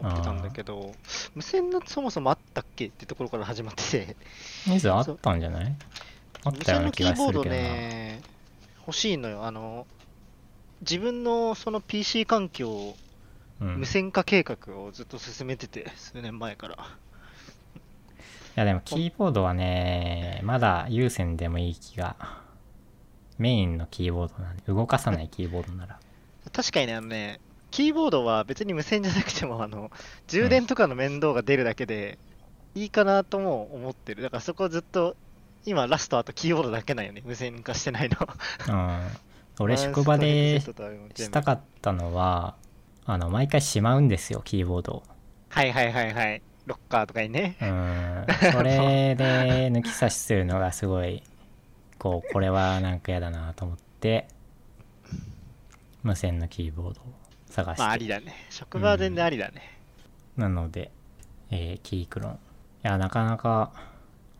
Speaker 2: 思ってたんだけど、無線なんてそもそもあったっけってところから始まってて、
Speaker 1: ニーズあったんじゃないあっ
Speaker 2: 無
Speaker 1: たよう
Speaker 2: 線
Speaker 1: な
Speaker 2: の
Speaker 1: 気
Speaker 2: キー
Speaker 1: がす
Speaker 2: ボー
Speaker 1: る
Speaker 2: ド
Speaker 1: けどな、
Speaker 2: ね、欲しいのよ。あの、自分のその PC 環境を
Speaker 1: うん、
Speaker 2: 無
Speaker 1: い
Speaker 2: 線化計画をずっと進めてて、数年前から。
Speaker 1: やでもキーボードはねまだ有線でもいい気がメインのキーボードなんで動かさないキーボードなら
Speaker 2: 確かにね、あのね、キーボードは別に無線じゃなくても、あの、充電とかの面倒が出るだけで、いいかなとも思ってる。だからそこずっと、今ラストあとキーボードだけなんよね。無線化してないの。
Speaker 1: うん俺職場でした
Speaker 2: か
Speaker 1: かったのはあの毎回しまうんですよキーボードを
Speaker 2: はいはいはいはい。ロッカーとかにね。
Speaker 1: うーんそれで抜き差しするのがすごいこうこれはなんか嫌だなと思って無線のキーボードを探
Speaker 2: まああ
Speaker 1: して、
Speaker 2: りだね。職場は全然ありだね。
Speaker 1: なので、えーキークロンいやなかなか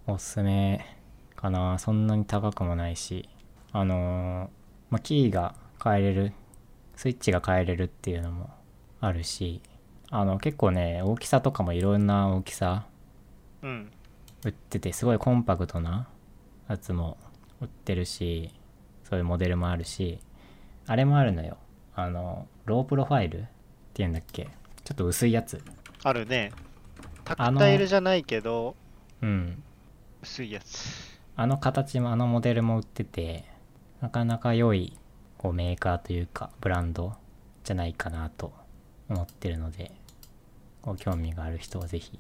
Speaker 1: おすすめかなそんなに高くもないしあのーまあ、キーが変えれるスイッチが変えれるっていうのもあるしあの結構ね大きさとかもいろんな大きさ
Speaker 2: うん。
Speaker 1: 売っててすごいコンパクトなやつも売ってるしそういうモデルもあるしあれもあるのよあのロープロファイルっていうんだっけちょっと薄いやつ
Speaker 2: あるね。タ
Speaker 1: あ
Speaker 2: ク
Speaker 1: の
Speaker 2: タイルじゃないけど、
Speaker 1: うん
Speaker 2: 薄いやつ。
Speaker 1: あの形もあのモデルも売っててなかなか良いこうメーカーというかブランドじゃないかなと思ってるのでご興味がある人はぜひ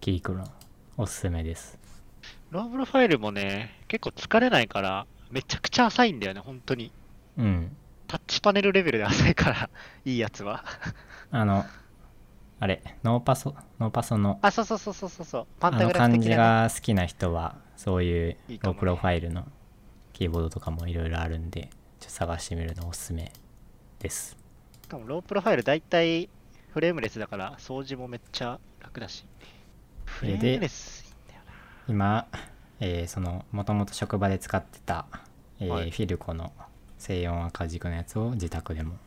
Speaker 1: キークロンおすすめです
Speaker 2: ローブルファイルもね、結構疲れないから、めちゃくちゃ浅いんだよね、本当に。
Speaker 1: うん
Speaker 2: タッチパネルレベルで浅いから、 いいやつは。
Speaker 1: あのあれノーパソノーパソの
Speaker 2: あ、そうそうそうそうそうそう。パ
Speaker 1: あ
Speaker 2: ンタ
Speaker 1: の
Speaker 2: グラフ
Speaker 1: 感
Speaker 2: 的
Speaker 1: じ
Speaker 2: な、ね。
Speaker 1: が好きな人はそういう
Speaker 2: いいか
Speaker 1: ロ
Speaker 2: も
Speaker 1: ー
Speaker 2: ね
Speaker 1: プロファイルのキーボードとかもいろいろあるんでちょっと探してみるのおすすめです
Speaker 2: しかもロープロファイル大体フレームレスだから、掃除もめっちゃ楽だし。フレームレスいいんだよな。
Speaker 1: 今、えーそのもともと職場で使ってた、えー
Speaker 2: はい
Speaker 1: フィルコの静音赤軸のやつを自宅でも自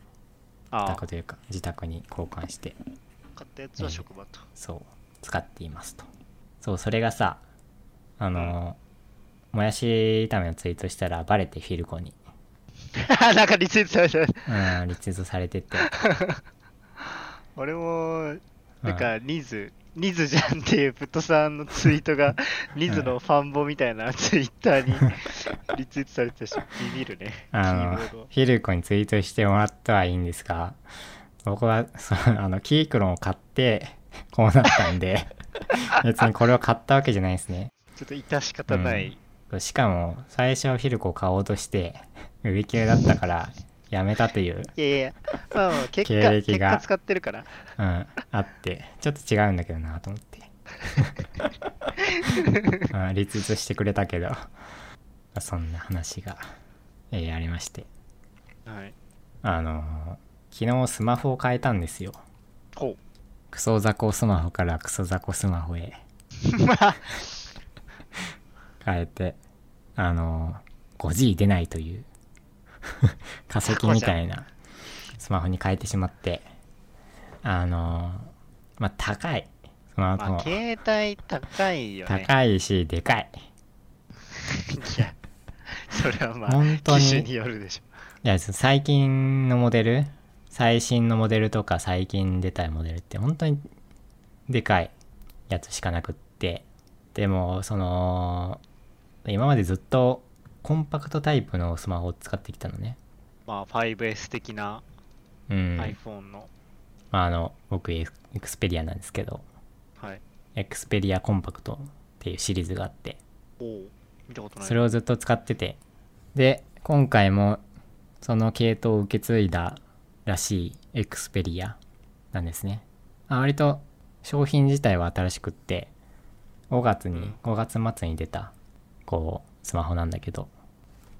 Speaker 2: ああ、
Speaker 1: 宅というか自宅に交換して
Speaker 2: 買ったやつは職場と。
Speaker 1: そう使っていますとそうそれがさあの、もやし炒めをツイートしたらバレてフィルコに、
Speaker 2: なんかリツイートされてる。
Speaker 1: うん、リツイートされてて、
Speaker 2: 俺も、
Speaker 1: うん
Speaker 2: なんか、ニズ、ニズじゃんっていうブットさんのツイー トが、ニズのファンボみたいなツイッターにリツイートされてたし、ビビるね。キ
Speaker 1: あの
Speaker 2: ーボー
Speaker 1: フ
Speaker 2: ド。
Speaker 1: ィルコにツイートしてもらったはいいんですが僕はそのあのキークロンを買ってこうなったんで別にこれを買ったわけじゃないですね
Speaker 2: ちょっと致し方ない。
Speaker 1: しかも最初はフィルコを買おうとして 売り切れだったからやめたという、
Speaker 2: いやいや、まあまあ、結
Speaker 1: 経
Speaker 2: 果、
Speaker 1: 歴
Speaker 2: 結
Speaker 1: が
Speaker 2: 果使ってるから。
Speaker 1: うん、あってちょっと違うんだけどなと思って、うん、リツイートしてくれたけど そんな話が、えーありまして
Speaker 2: はい。
Speaker 1: あのー昨日スマホを変えたんですよ
Speaker 2: ほ
Speaker 1: クソ雑魚スマホからクソ雑魚スマホへ
Speaker 2: う。まあ、
Speaker 1: 変えてあの 5G 出ないという化石みたいなスマホに変えてしまってあのまあ高いスマート
Speaker 2: まあ、
Speaker 1: フォン
Speaker 2: 携帯高いよね。
Speaker 1: 高いしでかい
Speaker 2: いや、それはまあ、
Speaker 1: 本当に
Speaker 2: 機種によるでしょ。
Speaker 1: いやそう最近のモデル最新のモデルとか最近出たモデルって本当にでかいやつしかなくってでもその今までずっとコンパクトタイプのスマホを使ってきたのね
Speaker 2: まあ、5S 的な
Speaker 1: うん
Speaker 2: iPhone の。
Speaker 1: まあ、あの僕エクスペリアなんですけど
Speaker 2: はい。
Speaker 1: エクスペリアコンパクトっていうシリーズがあって
Speaker 2: おお、見たことない。
Speaker 1: それをずっと使っててで今回もその系統を受け継いだらしいエクスペリアなんですねあ割と商品自体は新しくって5月
Speaker 2: う
Speaker 1: に
Speaker 2: ん
Speaker 1: 5月末に出たこうスマホなんだけど、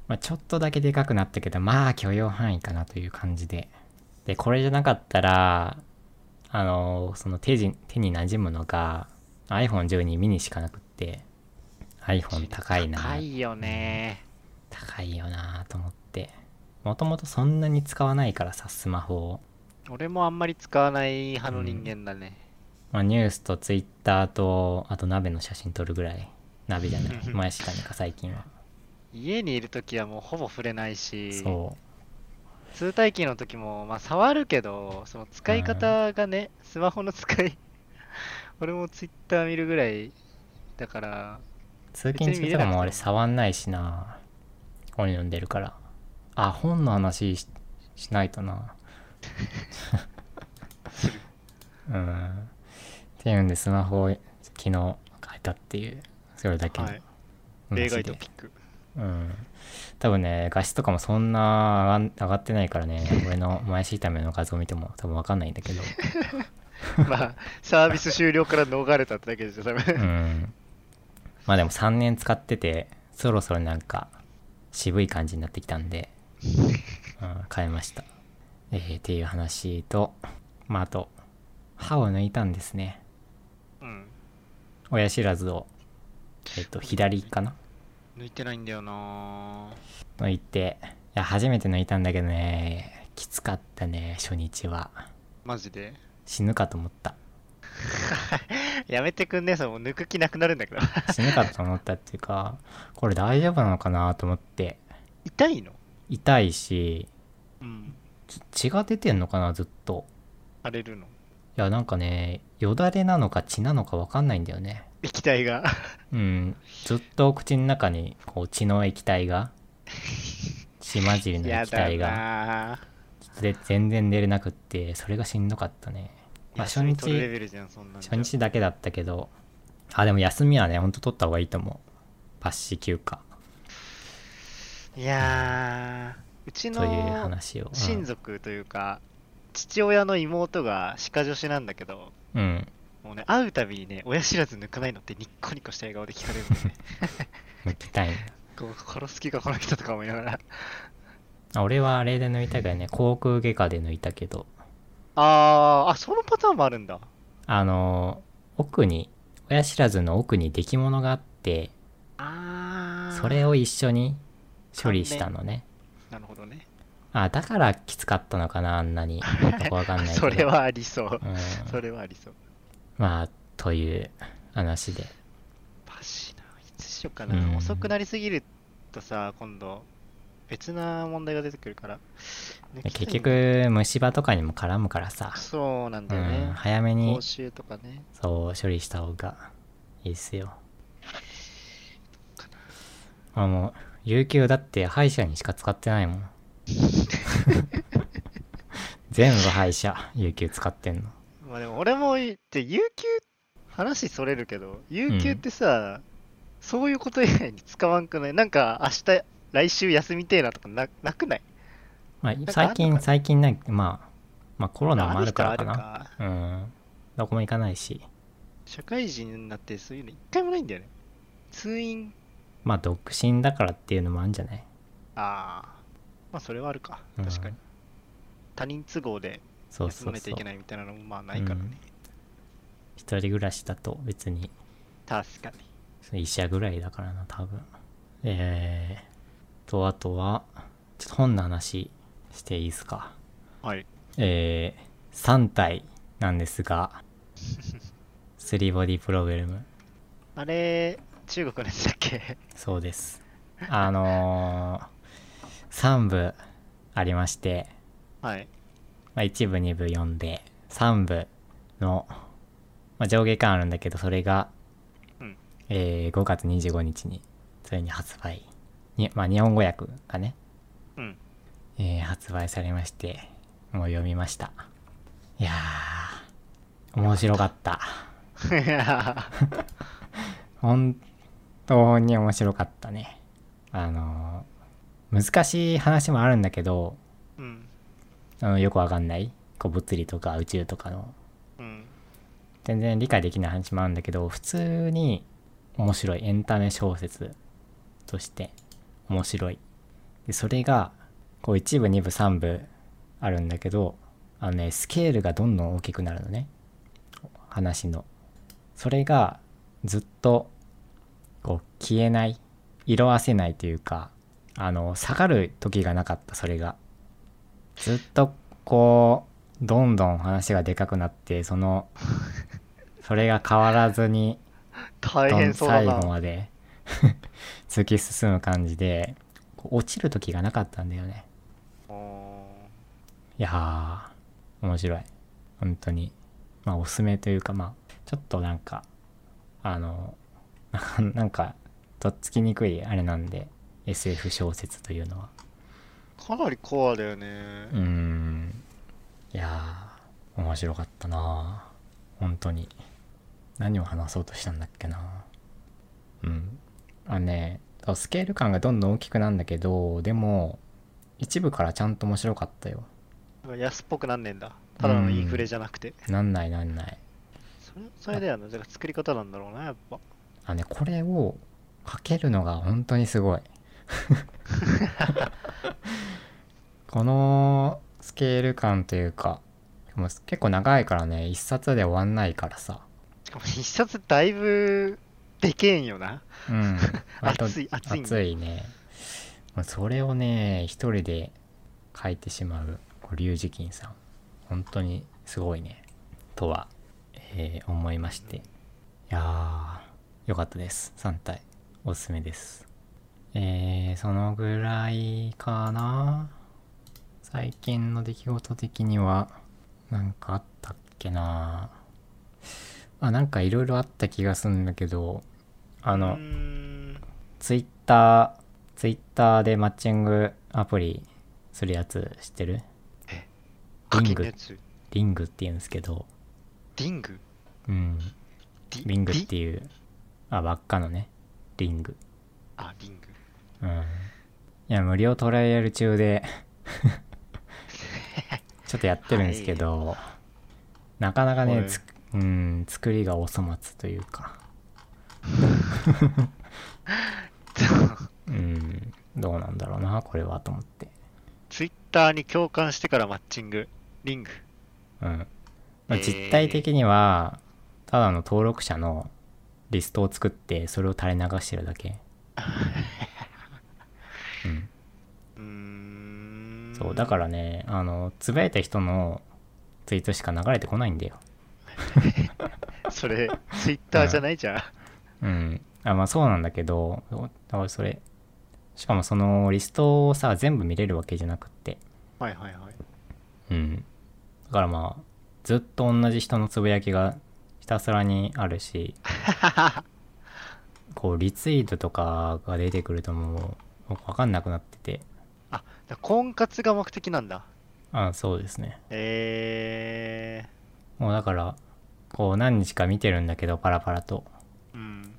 Speaker 1: まあ、ちょっとだけでかくなったけどまあ許容範囲かなという感じででこれじゃなかったらあのその手じ手に馴染むのが iPhone12 ミニしかなくって iPhone 高いな
Speaker 2: 高いよね。
Speaker 1: 高いよなと思ってもともとそんなに使わないからさスマホを、
Speaker 2: 俺もあんまり使わない派の人間だね。
Speaker 1: まあ、ニュースとツイッターとあと鍋の写真撮るぐらい鍋じゃない もやし種か最近は
Speaker 2: 家にいるときはもうほぼ触れないし、
Speaker 1: そ
Speaker 2: 通体機の時も、まあ、触るけど、その使い方がね、スマホの使い、 俺もツイッター見るぐらいだから、
Speaker 1: う通勤中とかも俺触んないしな本読んでるからあ本の話ししないと なうんっていうんでスマホを昨日変えたっていうそれだけの
Speaker 2: はい
Speaker 1: 話
Speaker 2: 例
Speaker 1: で
Speaker 2: 外トピック。
Speaker 1: うん多分ね画質とかもそんな上が上がってないからね俺のもやし炒めの画像見ても多分分かんないんだけど
Speaker 2: まあ、サービス終了から逃れたってだけですよ、多
Speaker 1: う
Speaker 2: 分。
Speaker 1: んまあでも3年使っててそろそろなんか渋い感じになってきたんで、うん、変えました、えーっていう話とまああと歯を抜いたんですね
Speaker 2: うん。
Speaker 1: 親知らずをえっ、と左かな
Speaker 2: 抜いてないんだよな
Speaker 1: 抜いていや初めて抜いたんだけどねきつかったね初日は
Speaker 2: マジで。
Speaker 1: 死ぬかと思った
Speaker 2: やめてくんね、その抜く気なくなるんだけど。
Speaker 1: 死ぬかと思ったっていうかこれ大丈夫なのかなと思って
Speaker 2: 痛いの
Speaker 1: 痛いし
Speaker 2: うん。
Speaker 1: ち血が出てんのかなずっと
Speaker 2: 荒れるの
Speaker 1: いやなんかねよだれなのか血なのか分かんないんだよね
Speaker 2: 液体が。
Speaker 1: うんずっと口の中にこう血の液体が血混じりの
Speaker 2: や
Speaker 1: 液
Speaker 2: だ
Speaker 1: 体が
Speaker 2: なぁ。
Speaker 1: で全然出れなくってそれがしんどかったね、まあ、初
Speaker 2: 休み取るレ
Speaker 1: 日
Speaker 2: ベルじゃん、そんなんじ
Speaker 1: 初
Speaker 2: ゃ
Speaker 1: 日だけだったけどあでも休みはねほんと取った方がいいと思う抜歯休暇
Speaker 2: いやー、うち
Speaker 1: という
Speaker 2: の
Speaker 1: 話を、うん
Speaker 2: 親族というか、父親の妹が歯科助手なんだけど、
Speaker 1: うん
Speaker 2: もうね、会うたびにね、親知らず抜かないのってニッコニコした笑顔で聞かれるん でね、
Speaker 1: 抜きたいな
Speaker 2: こう殺す気がこの人とか思いながら。
Speaker 1: あ俺はあれで抜いたからね航空外科で抜いたけど
Speaker 2: あー、あ、そのパターンもあるんだ。
Speaker 1: あのー奥に親知らずの奥に出来物があって
Speaker 2: あー、
Speaker 1: それを一緒に処理したのね
Speaker 2: なるほどね。
Speaker 1: あだからきつかったのかなあんなによくわかんないけ ど
Speaker 2: それはありそう
Speaker 1: う。ん
Speaker 2: それはありそう。
Speaker 1: まあという話で
Speaker 2: しようかな、
Speaker 1: うん
Speaker 2: 遅くなりすぎるとさ今度別な問題が出てくるから抜きたい
Speaker 1: 結局虫歯とかにも絡むからさ、
Speaker 2: そうなん
Speaker 1: う
Speaker 2: だよ
Speaker 1: ん、
Speaker 2: ね、
Speaker 1: 早め
Speaker 2: 報
Speaker 1: に
Speaker 2: 酬とかね
Speaker 1: そう処理した方がいいっすよあもう有給だって歯医者にしか使ってないも ん全部歯医者有給使ってんの
Speaker 2: まあでも俺もいって有給話それるけど有給ってさ、そういうこと以外に使わんくないなんか明日来週休みてえなとかななくない
Speaker 1: まあ
Speaker 2: ん、かあ
Speaker 1: 最
Speaker 2: んの
Speaker 1: 近
Speaker 2: か
Speaker 1: 最近なんかまあまあコロナもあるから
Speaker 2: あ
Speaker 1: か
Speaker 2: る
Speaker 1: な
Speaker 2: かあるか
Speaker 1: うんどこも行かないし
Speaker 2: 社会人になってそういうの一回もないんだよね通院
Speaker 1: まあ独身だからっていうのもあるんじゃない
Speaker 2: ああまあそれはあるか
Speaker 1: うん
Speaker 2: 確かに、他人都合で
Speaker 1: そう
Speaker 2: 休
Speaker 1: そ
Speaker 2: ま
Speaker 1: う
Speaker 2: なき
Speaker 1: そう
Speaker 2: ゃいけないみたいなのもまあないからね、
Speaker 1: うん一人暮らしだと別に
Speaker 2: 確かに
Speaker 1: 医者ぐらいだからな多分えー、とあとはちょっと本の話していいですか
Speaker 2: はい
Speaker 1: えー、3体なんですがスリーボディプログラム
Speaker 2: あれ中国のやつだっけ
Speaker 1: そうですあのー、3部ありまして
Speaker 2: はい
Speaker 1: まあ、1部2部読んで3部の、まあ、上下巻あるんだけどそれが、
Speaker 2: うん
Speaker 1: えー5月25日についに発売に、まあ、日本語訳がね、
Speaker 2: うん
Speaker 1: えー発売されましてもう読みましたいやー面白かった本当に面白かったねあのー難しい話もあるんだけど
Speaker 2: うん
Speaker 1: あのよくわかんないこう物理とか宇宙とかの
Speaker 2: うん
Speaker 1: 全然理解できない話もあるんだけど普通に面白いエンタメ小説として面白いでそれがこう1部2部3部あるんだけどあのねスケールがどんどん大きくなるのね話のそれがずっとこう消えない色あせないというかあの下がる時がなかったそれがずっとこうどんどん話がでかくなってそのそれが変わらずに
Speaker 2: 大
Speaker 1: どん
Speaker 2: 変そうだ
Speaker 1: 最後
Speaker 2: な
Speaker 1: まで 突き進む感じでこう落ちる時がなかったんだよね
Speaker 2: お
Speaker 1: いやー面白い本当にまあおすすめというかまあちょっとなんかあの ななんかとっつきにくいあれなんで SF 小説というのは
Speaker 2: ーかなりコアだよね
Speaker 1: うーんいやー面白かったな本当に何を話そうとしたんだっけなうんあのねスケール感がどんどん大きくなるんだけどでも一部からちゃんと面白かったよ
Speaker 2: なんか安っぽくなんねんだただのインフレじゃなくて
Speaker 1: なんないなんない
Speaker 2: それそれだよなだから作り方なんだろうなやっぱ
Speaker 1: あのねこれを書けるのが本当にすごい このスケール感というかもう結構長いからね一冊で終わんないからさ
Speaker 2: しかも一冊だいぶでけえんよな
Speaker 1: うん、割と
Speaker 2: 熱い熱いね
Speaker 1: 熱いねもうそれをね一人で書いてしまうこうリュウジキンさん本当にすごいねとは、えー思いましていやーよかったです3体おすすめですえー、そのぐらいかな最近の出来事的にはなんかあったっけなあなんかいろいろあった気がするんだけどあ
Speaker 2: う
Speaker 1: の、
Speaker 2: ーん
Speaker 1: ツイッター、ツイッターでマッチングアプリするやつ知ってる
Speaker 2: 課
Speaker 1: リン
Speaker 2: 金
Speaker 1: グ
Speaker 2: のやつ
Speaker 1: リングって言うんですけど、
Speaker 2: リング
Speaker 1: うん、
Speaker 2: リ
Speaker 1: リングっ
Speaker 2: リ
Speaker 1: ていう、あ、輪っかのね、リング。
Speaker 2: あリン
Speaker 1: う
Speaker 2: グ
Speaker 1: ん。いや、無料トライアル中で、ちょっとやってるんですけど、なかなか
Speaker 2: は
Speaker 1: ね、
Speaker 2: い
Speaker 1: つうん、作りがお粗末という か、うん、どうなんだろうな、これはと思って。
Speaker 2: ツイッターに共感してからマッチングリング
Speaker 1: うん。まあ、
Speaker 2: えー
Speaker 1: 実態的には、ただの登録者のリストを作って、それを垂れ流してるだけ。うん。
Speaker 2: うーん
Speaker 1: そう、だからね、あの、つぶやいた人のツイートしか流れてこないんだよ。
Speaker 2: らそれツイッターじゃないじゃん、
Speaker 1: うん。あまあそうなんだけどおだからそれしかもそのリストをさ全部見れるわけじゃなくって
Speaker 2: はいはいはい。
Speaker 1: うんだからまあずっと同じ人のつぶやきがひたすらにあるしこうリツイートとかが出てくるともう分かんなくなってて
Speaker 2: あ、だ婚活が目的なんだ。
Speaker 1: あそうですね
Speaker 2: え
Speaker 1: もうだからこう何日か見てるんだけどパラパラと、
Speaker 2: ー、うん。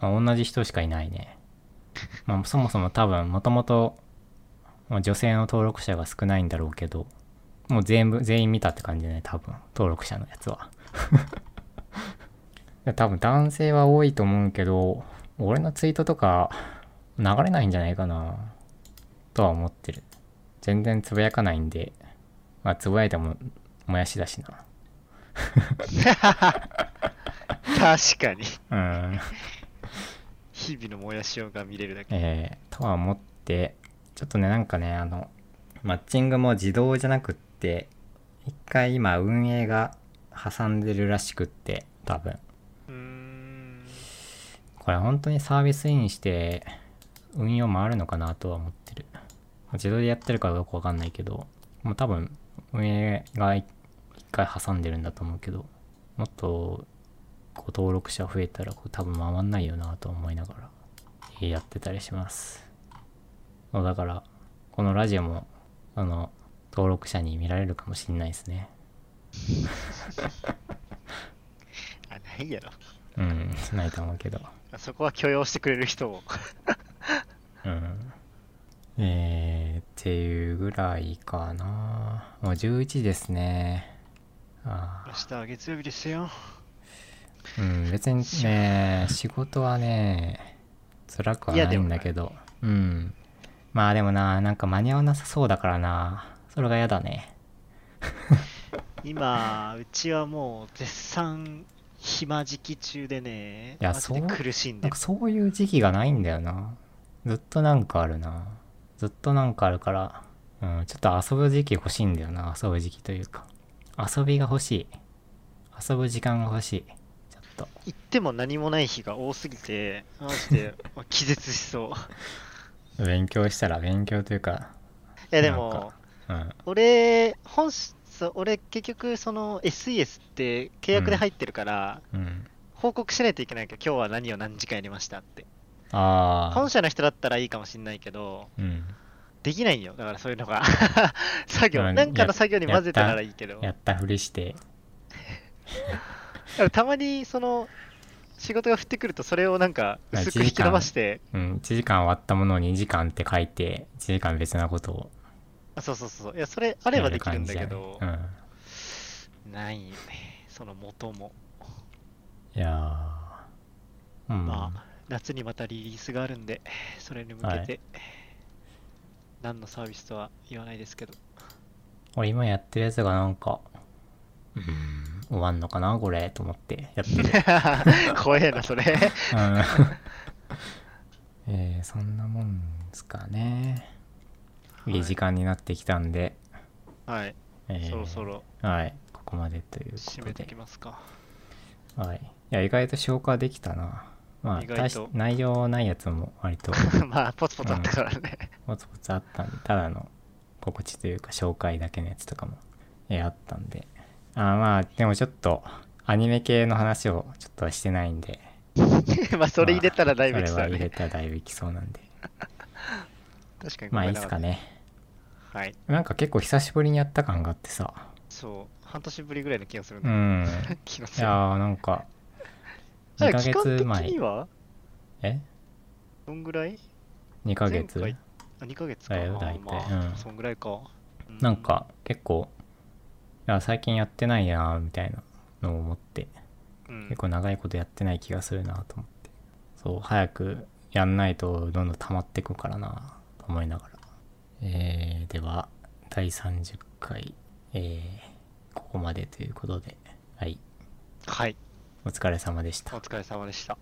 Speaker 1: まあ、同じ人しかいないねまあそもそも多分もともとまあ女性の登録者が少ないんだろうけどもう全部全員見たって感じだね多分登録者のやつは 多分男性は多いと思うけど俺のツイートとか流れないんじゃないかなとは思ってる全然つぶやかないんでまあつぶやいてももやしだしな
Speaker 2: 確かに。
Speaker 1: うん、
Speaker 2: 日々のもやしをが見れるだけ。
Speaker 1: えー、とは思ってちょっとねなんかねあのマッチングも自動じゃなくって一回今運営が挟んでるらしくって多分
Speaker 2: うーん。
Speaker 1: これ本当にサービスインして運用回るのかなとは思ってる自動でやってるかどうかわかんないけどもう多分運営が一一回挟んでるんだと思うけどもっとこう登録者増えたらこう多分回んないよなと思いながらえーやってたりしますそうだからこのラジオもあの登録者に見られるかもしれないですね
Speaker 2: あ、ないやろ。
Speaker 1: うんないと思うけど
Speaker 2: そこは許容してくれる人を。
Speaker 1: うん。えー、っていうぐらいかな。もう11ですね。あ
Speaker 2: 明日は月曜日ですよ。
Speaker 1: ーうん、別にね、仕事はね、辛くはい
Speaker 2: や
Speaker 1: な
Speaker 2: で
Speaker 1: い
Speaker 2: も
Speaker 1: んだけど。うん。まあでもな、なんか間に合わなさそうだからな。それが嫌だね。
Speaker 2: 今、うちはもう絶賛暇時期中でね、
Speaker 1: いや
Speaker 2: マジで
Speaker 1: そう
Speaker 2: 苦しん
Speaker 1: な
Speaker 2: で
Speaker 1: ん
Speaker 2: る
Speaker 1: か。そういう時期がないんだよな。ずっとなんかあるな。ずっとなんかあるから、うん、ちょっと遊ぶ時期欲しいんだよな。遊ぶ時期というか。遊びが欲しい。遊ぶ時間が欲しい。ちょっと。
Speaker 2: 行っても何もない日が多すぎて、マジ で気絶しそう。
Speaker 1: 勉強したら勉強というか、
Speaker 2: いやで
Speaker 1: なん
Speaker 2: も
Speaker 1: か、うん、
Speaker 2: 俺、本し、そう俺結局その SES って契約で入ってるから、
Speaker 1: うん。
Speaker 2: 報告しないといけないけど、今日は何を何時間やりましたって。
Speaker 1: ああ
Speaker 2: 本、社の人だったらいいかもしんないけど、
Speaker 1: うん。
Speaker 2: できないんよ。だからそういう のが。作業、
Speaker 1: まあ
Speaker 2: なんか
Speaker 1: や
Speaker 2: の作業に混ぜてならいいけど。
Speaker 1: やったふりして、
Speaker 2: でもたまにその仕事が降ってくるとそれをなんか
Speaker 1: まあ
Speaker 2: 薄く引き伸ばして
Speaker 1: うん、1時間終わったものを2時間って書いて、1時間別なことを
Speaker 2: あそうそうそういやそれ
Speaker 1: や
Speaker 2: あれば
Speaker 1: る
Speaker 2: できる
Speaker 1: 感
Speaker 2: んだ
Speaker 1: じや
Speaker 2: け
Speaker 1: ね、
Speaker 2: ど、
Speaker 1: うん。
Speaker 2: ないよねその元も、
Speaker 1: いやーうん。
Speaker 2: まあ夏にまたリリースがあるんでそれに向けて、
Speaker 1: はい
Speaker 2: 何のサービスとは言わないですけど
Speaker 1: 俺今やってるやつがなんか、うーん、終わんのかなこれ、と思ってや ってる。
Speaker 2: 怖えなそれ
Speaker 1: うん えーそんなもんですかね。
Speaker 2: はい
Speaker 1: いい時間になってきたんで、
Speaker 2: はい、
Speaker 1: えー
Speaker 2: そろそろ
Speaker 1: はい、ここまでというこ
Speaker 2: 締
Speaker 1: と
Speaker 2: めて
Speaker 1: で
Speaker 2: き。ますか
Speaker 1: はい。いや、意外と消化できたな。まあ、
Speaker 2: 意外と
Speaker 1: 大し内容ないやつも割と
Speaker 2: まあポツポツあったからね、
Speaker 1: ポツポツあったんで、ただの告知というか紹介だけのやつとかも、えーあったんで。あーまあ、でもちょっと、アニメ系の話をちょっとはしてないんで。
Speaker 2: まあそれ入れたらだいぶ
Speaker 1: まあ
Speaker 2: 来
Speaker 1: それ
Speaker 2: た
Speaker 1: は入れ
Speaker 2: ね
Speaker 1: たらだいぶいきそうなんで。
Speaker 2: 確かにご
Speaker 1: まあ
Speaker 2: め
Speaker 1: い
Speaker 2: ん
Speaker 1: いっ
Speaker 2: な
Speaker 1: すかね。
Speaker 2: はい
Speaker 1: なんか結構久しぶりにやった感があってさ。
Speaker 2: そう半年ぶりぐらいの気がするん
Speaker 1: う
Speaker 2: だ、
Speaker 1: ん。
Speaker 2: 気がす
Speaker 1: い
Speaker 2: る
Speaker 1: やーなんか、
Speaker 2: じゃ
Speaker 1: 2
Speaker 2: あ
Speaker 1: ヶ
Speaker 2: 期間
Speaker 1: 月
Speaker 2: 的
Speaker 1: 前
Speaker 2: に。は
Speaker 1: え
Speaker 2: どんぐらい
Speaker 1: ?2 ヶ月
Speaker 2: 前回あ、2ヶ月か。
Speaker 1: だよ
Speaker 2: あー
Speaker 1: 大体
Speaker 2: まあ
Speaker 1: うん
Speaker 2: そんぐらいか。う
Speaker 1: なん、か結構いや最近やってないなーみたいなのを思って
Speaker 2: うん
Speaker 1: 結構長いことやってない気がするなと思ってそう早くやんないとどんどん溜まってくからなと思いながらえー、では第30回えー、ここまでということではい
Speaker 2: はい、
Speaker 1: お疲れ様でした
Speaker 2: お疲れ様でした。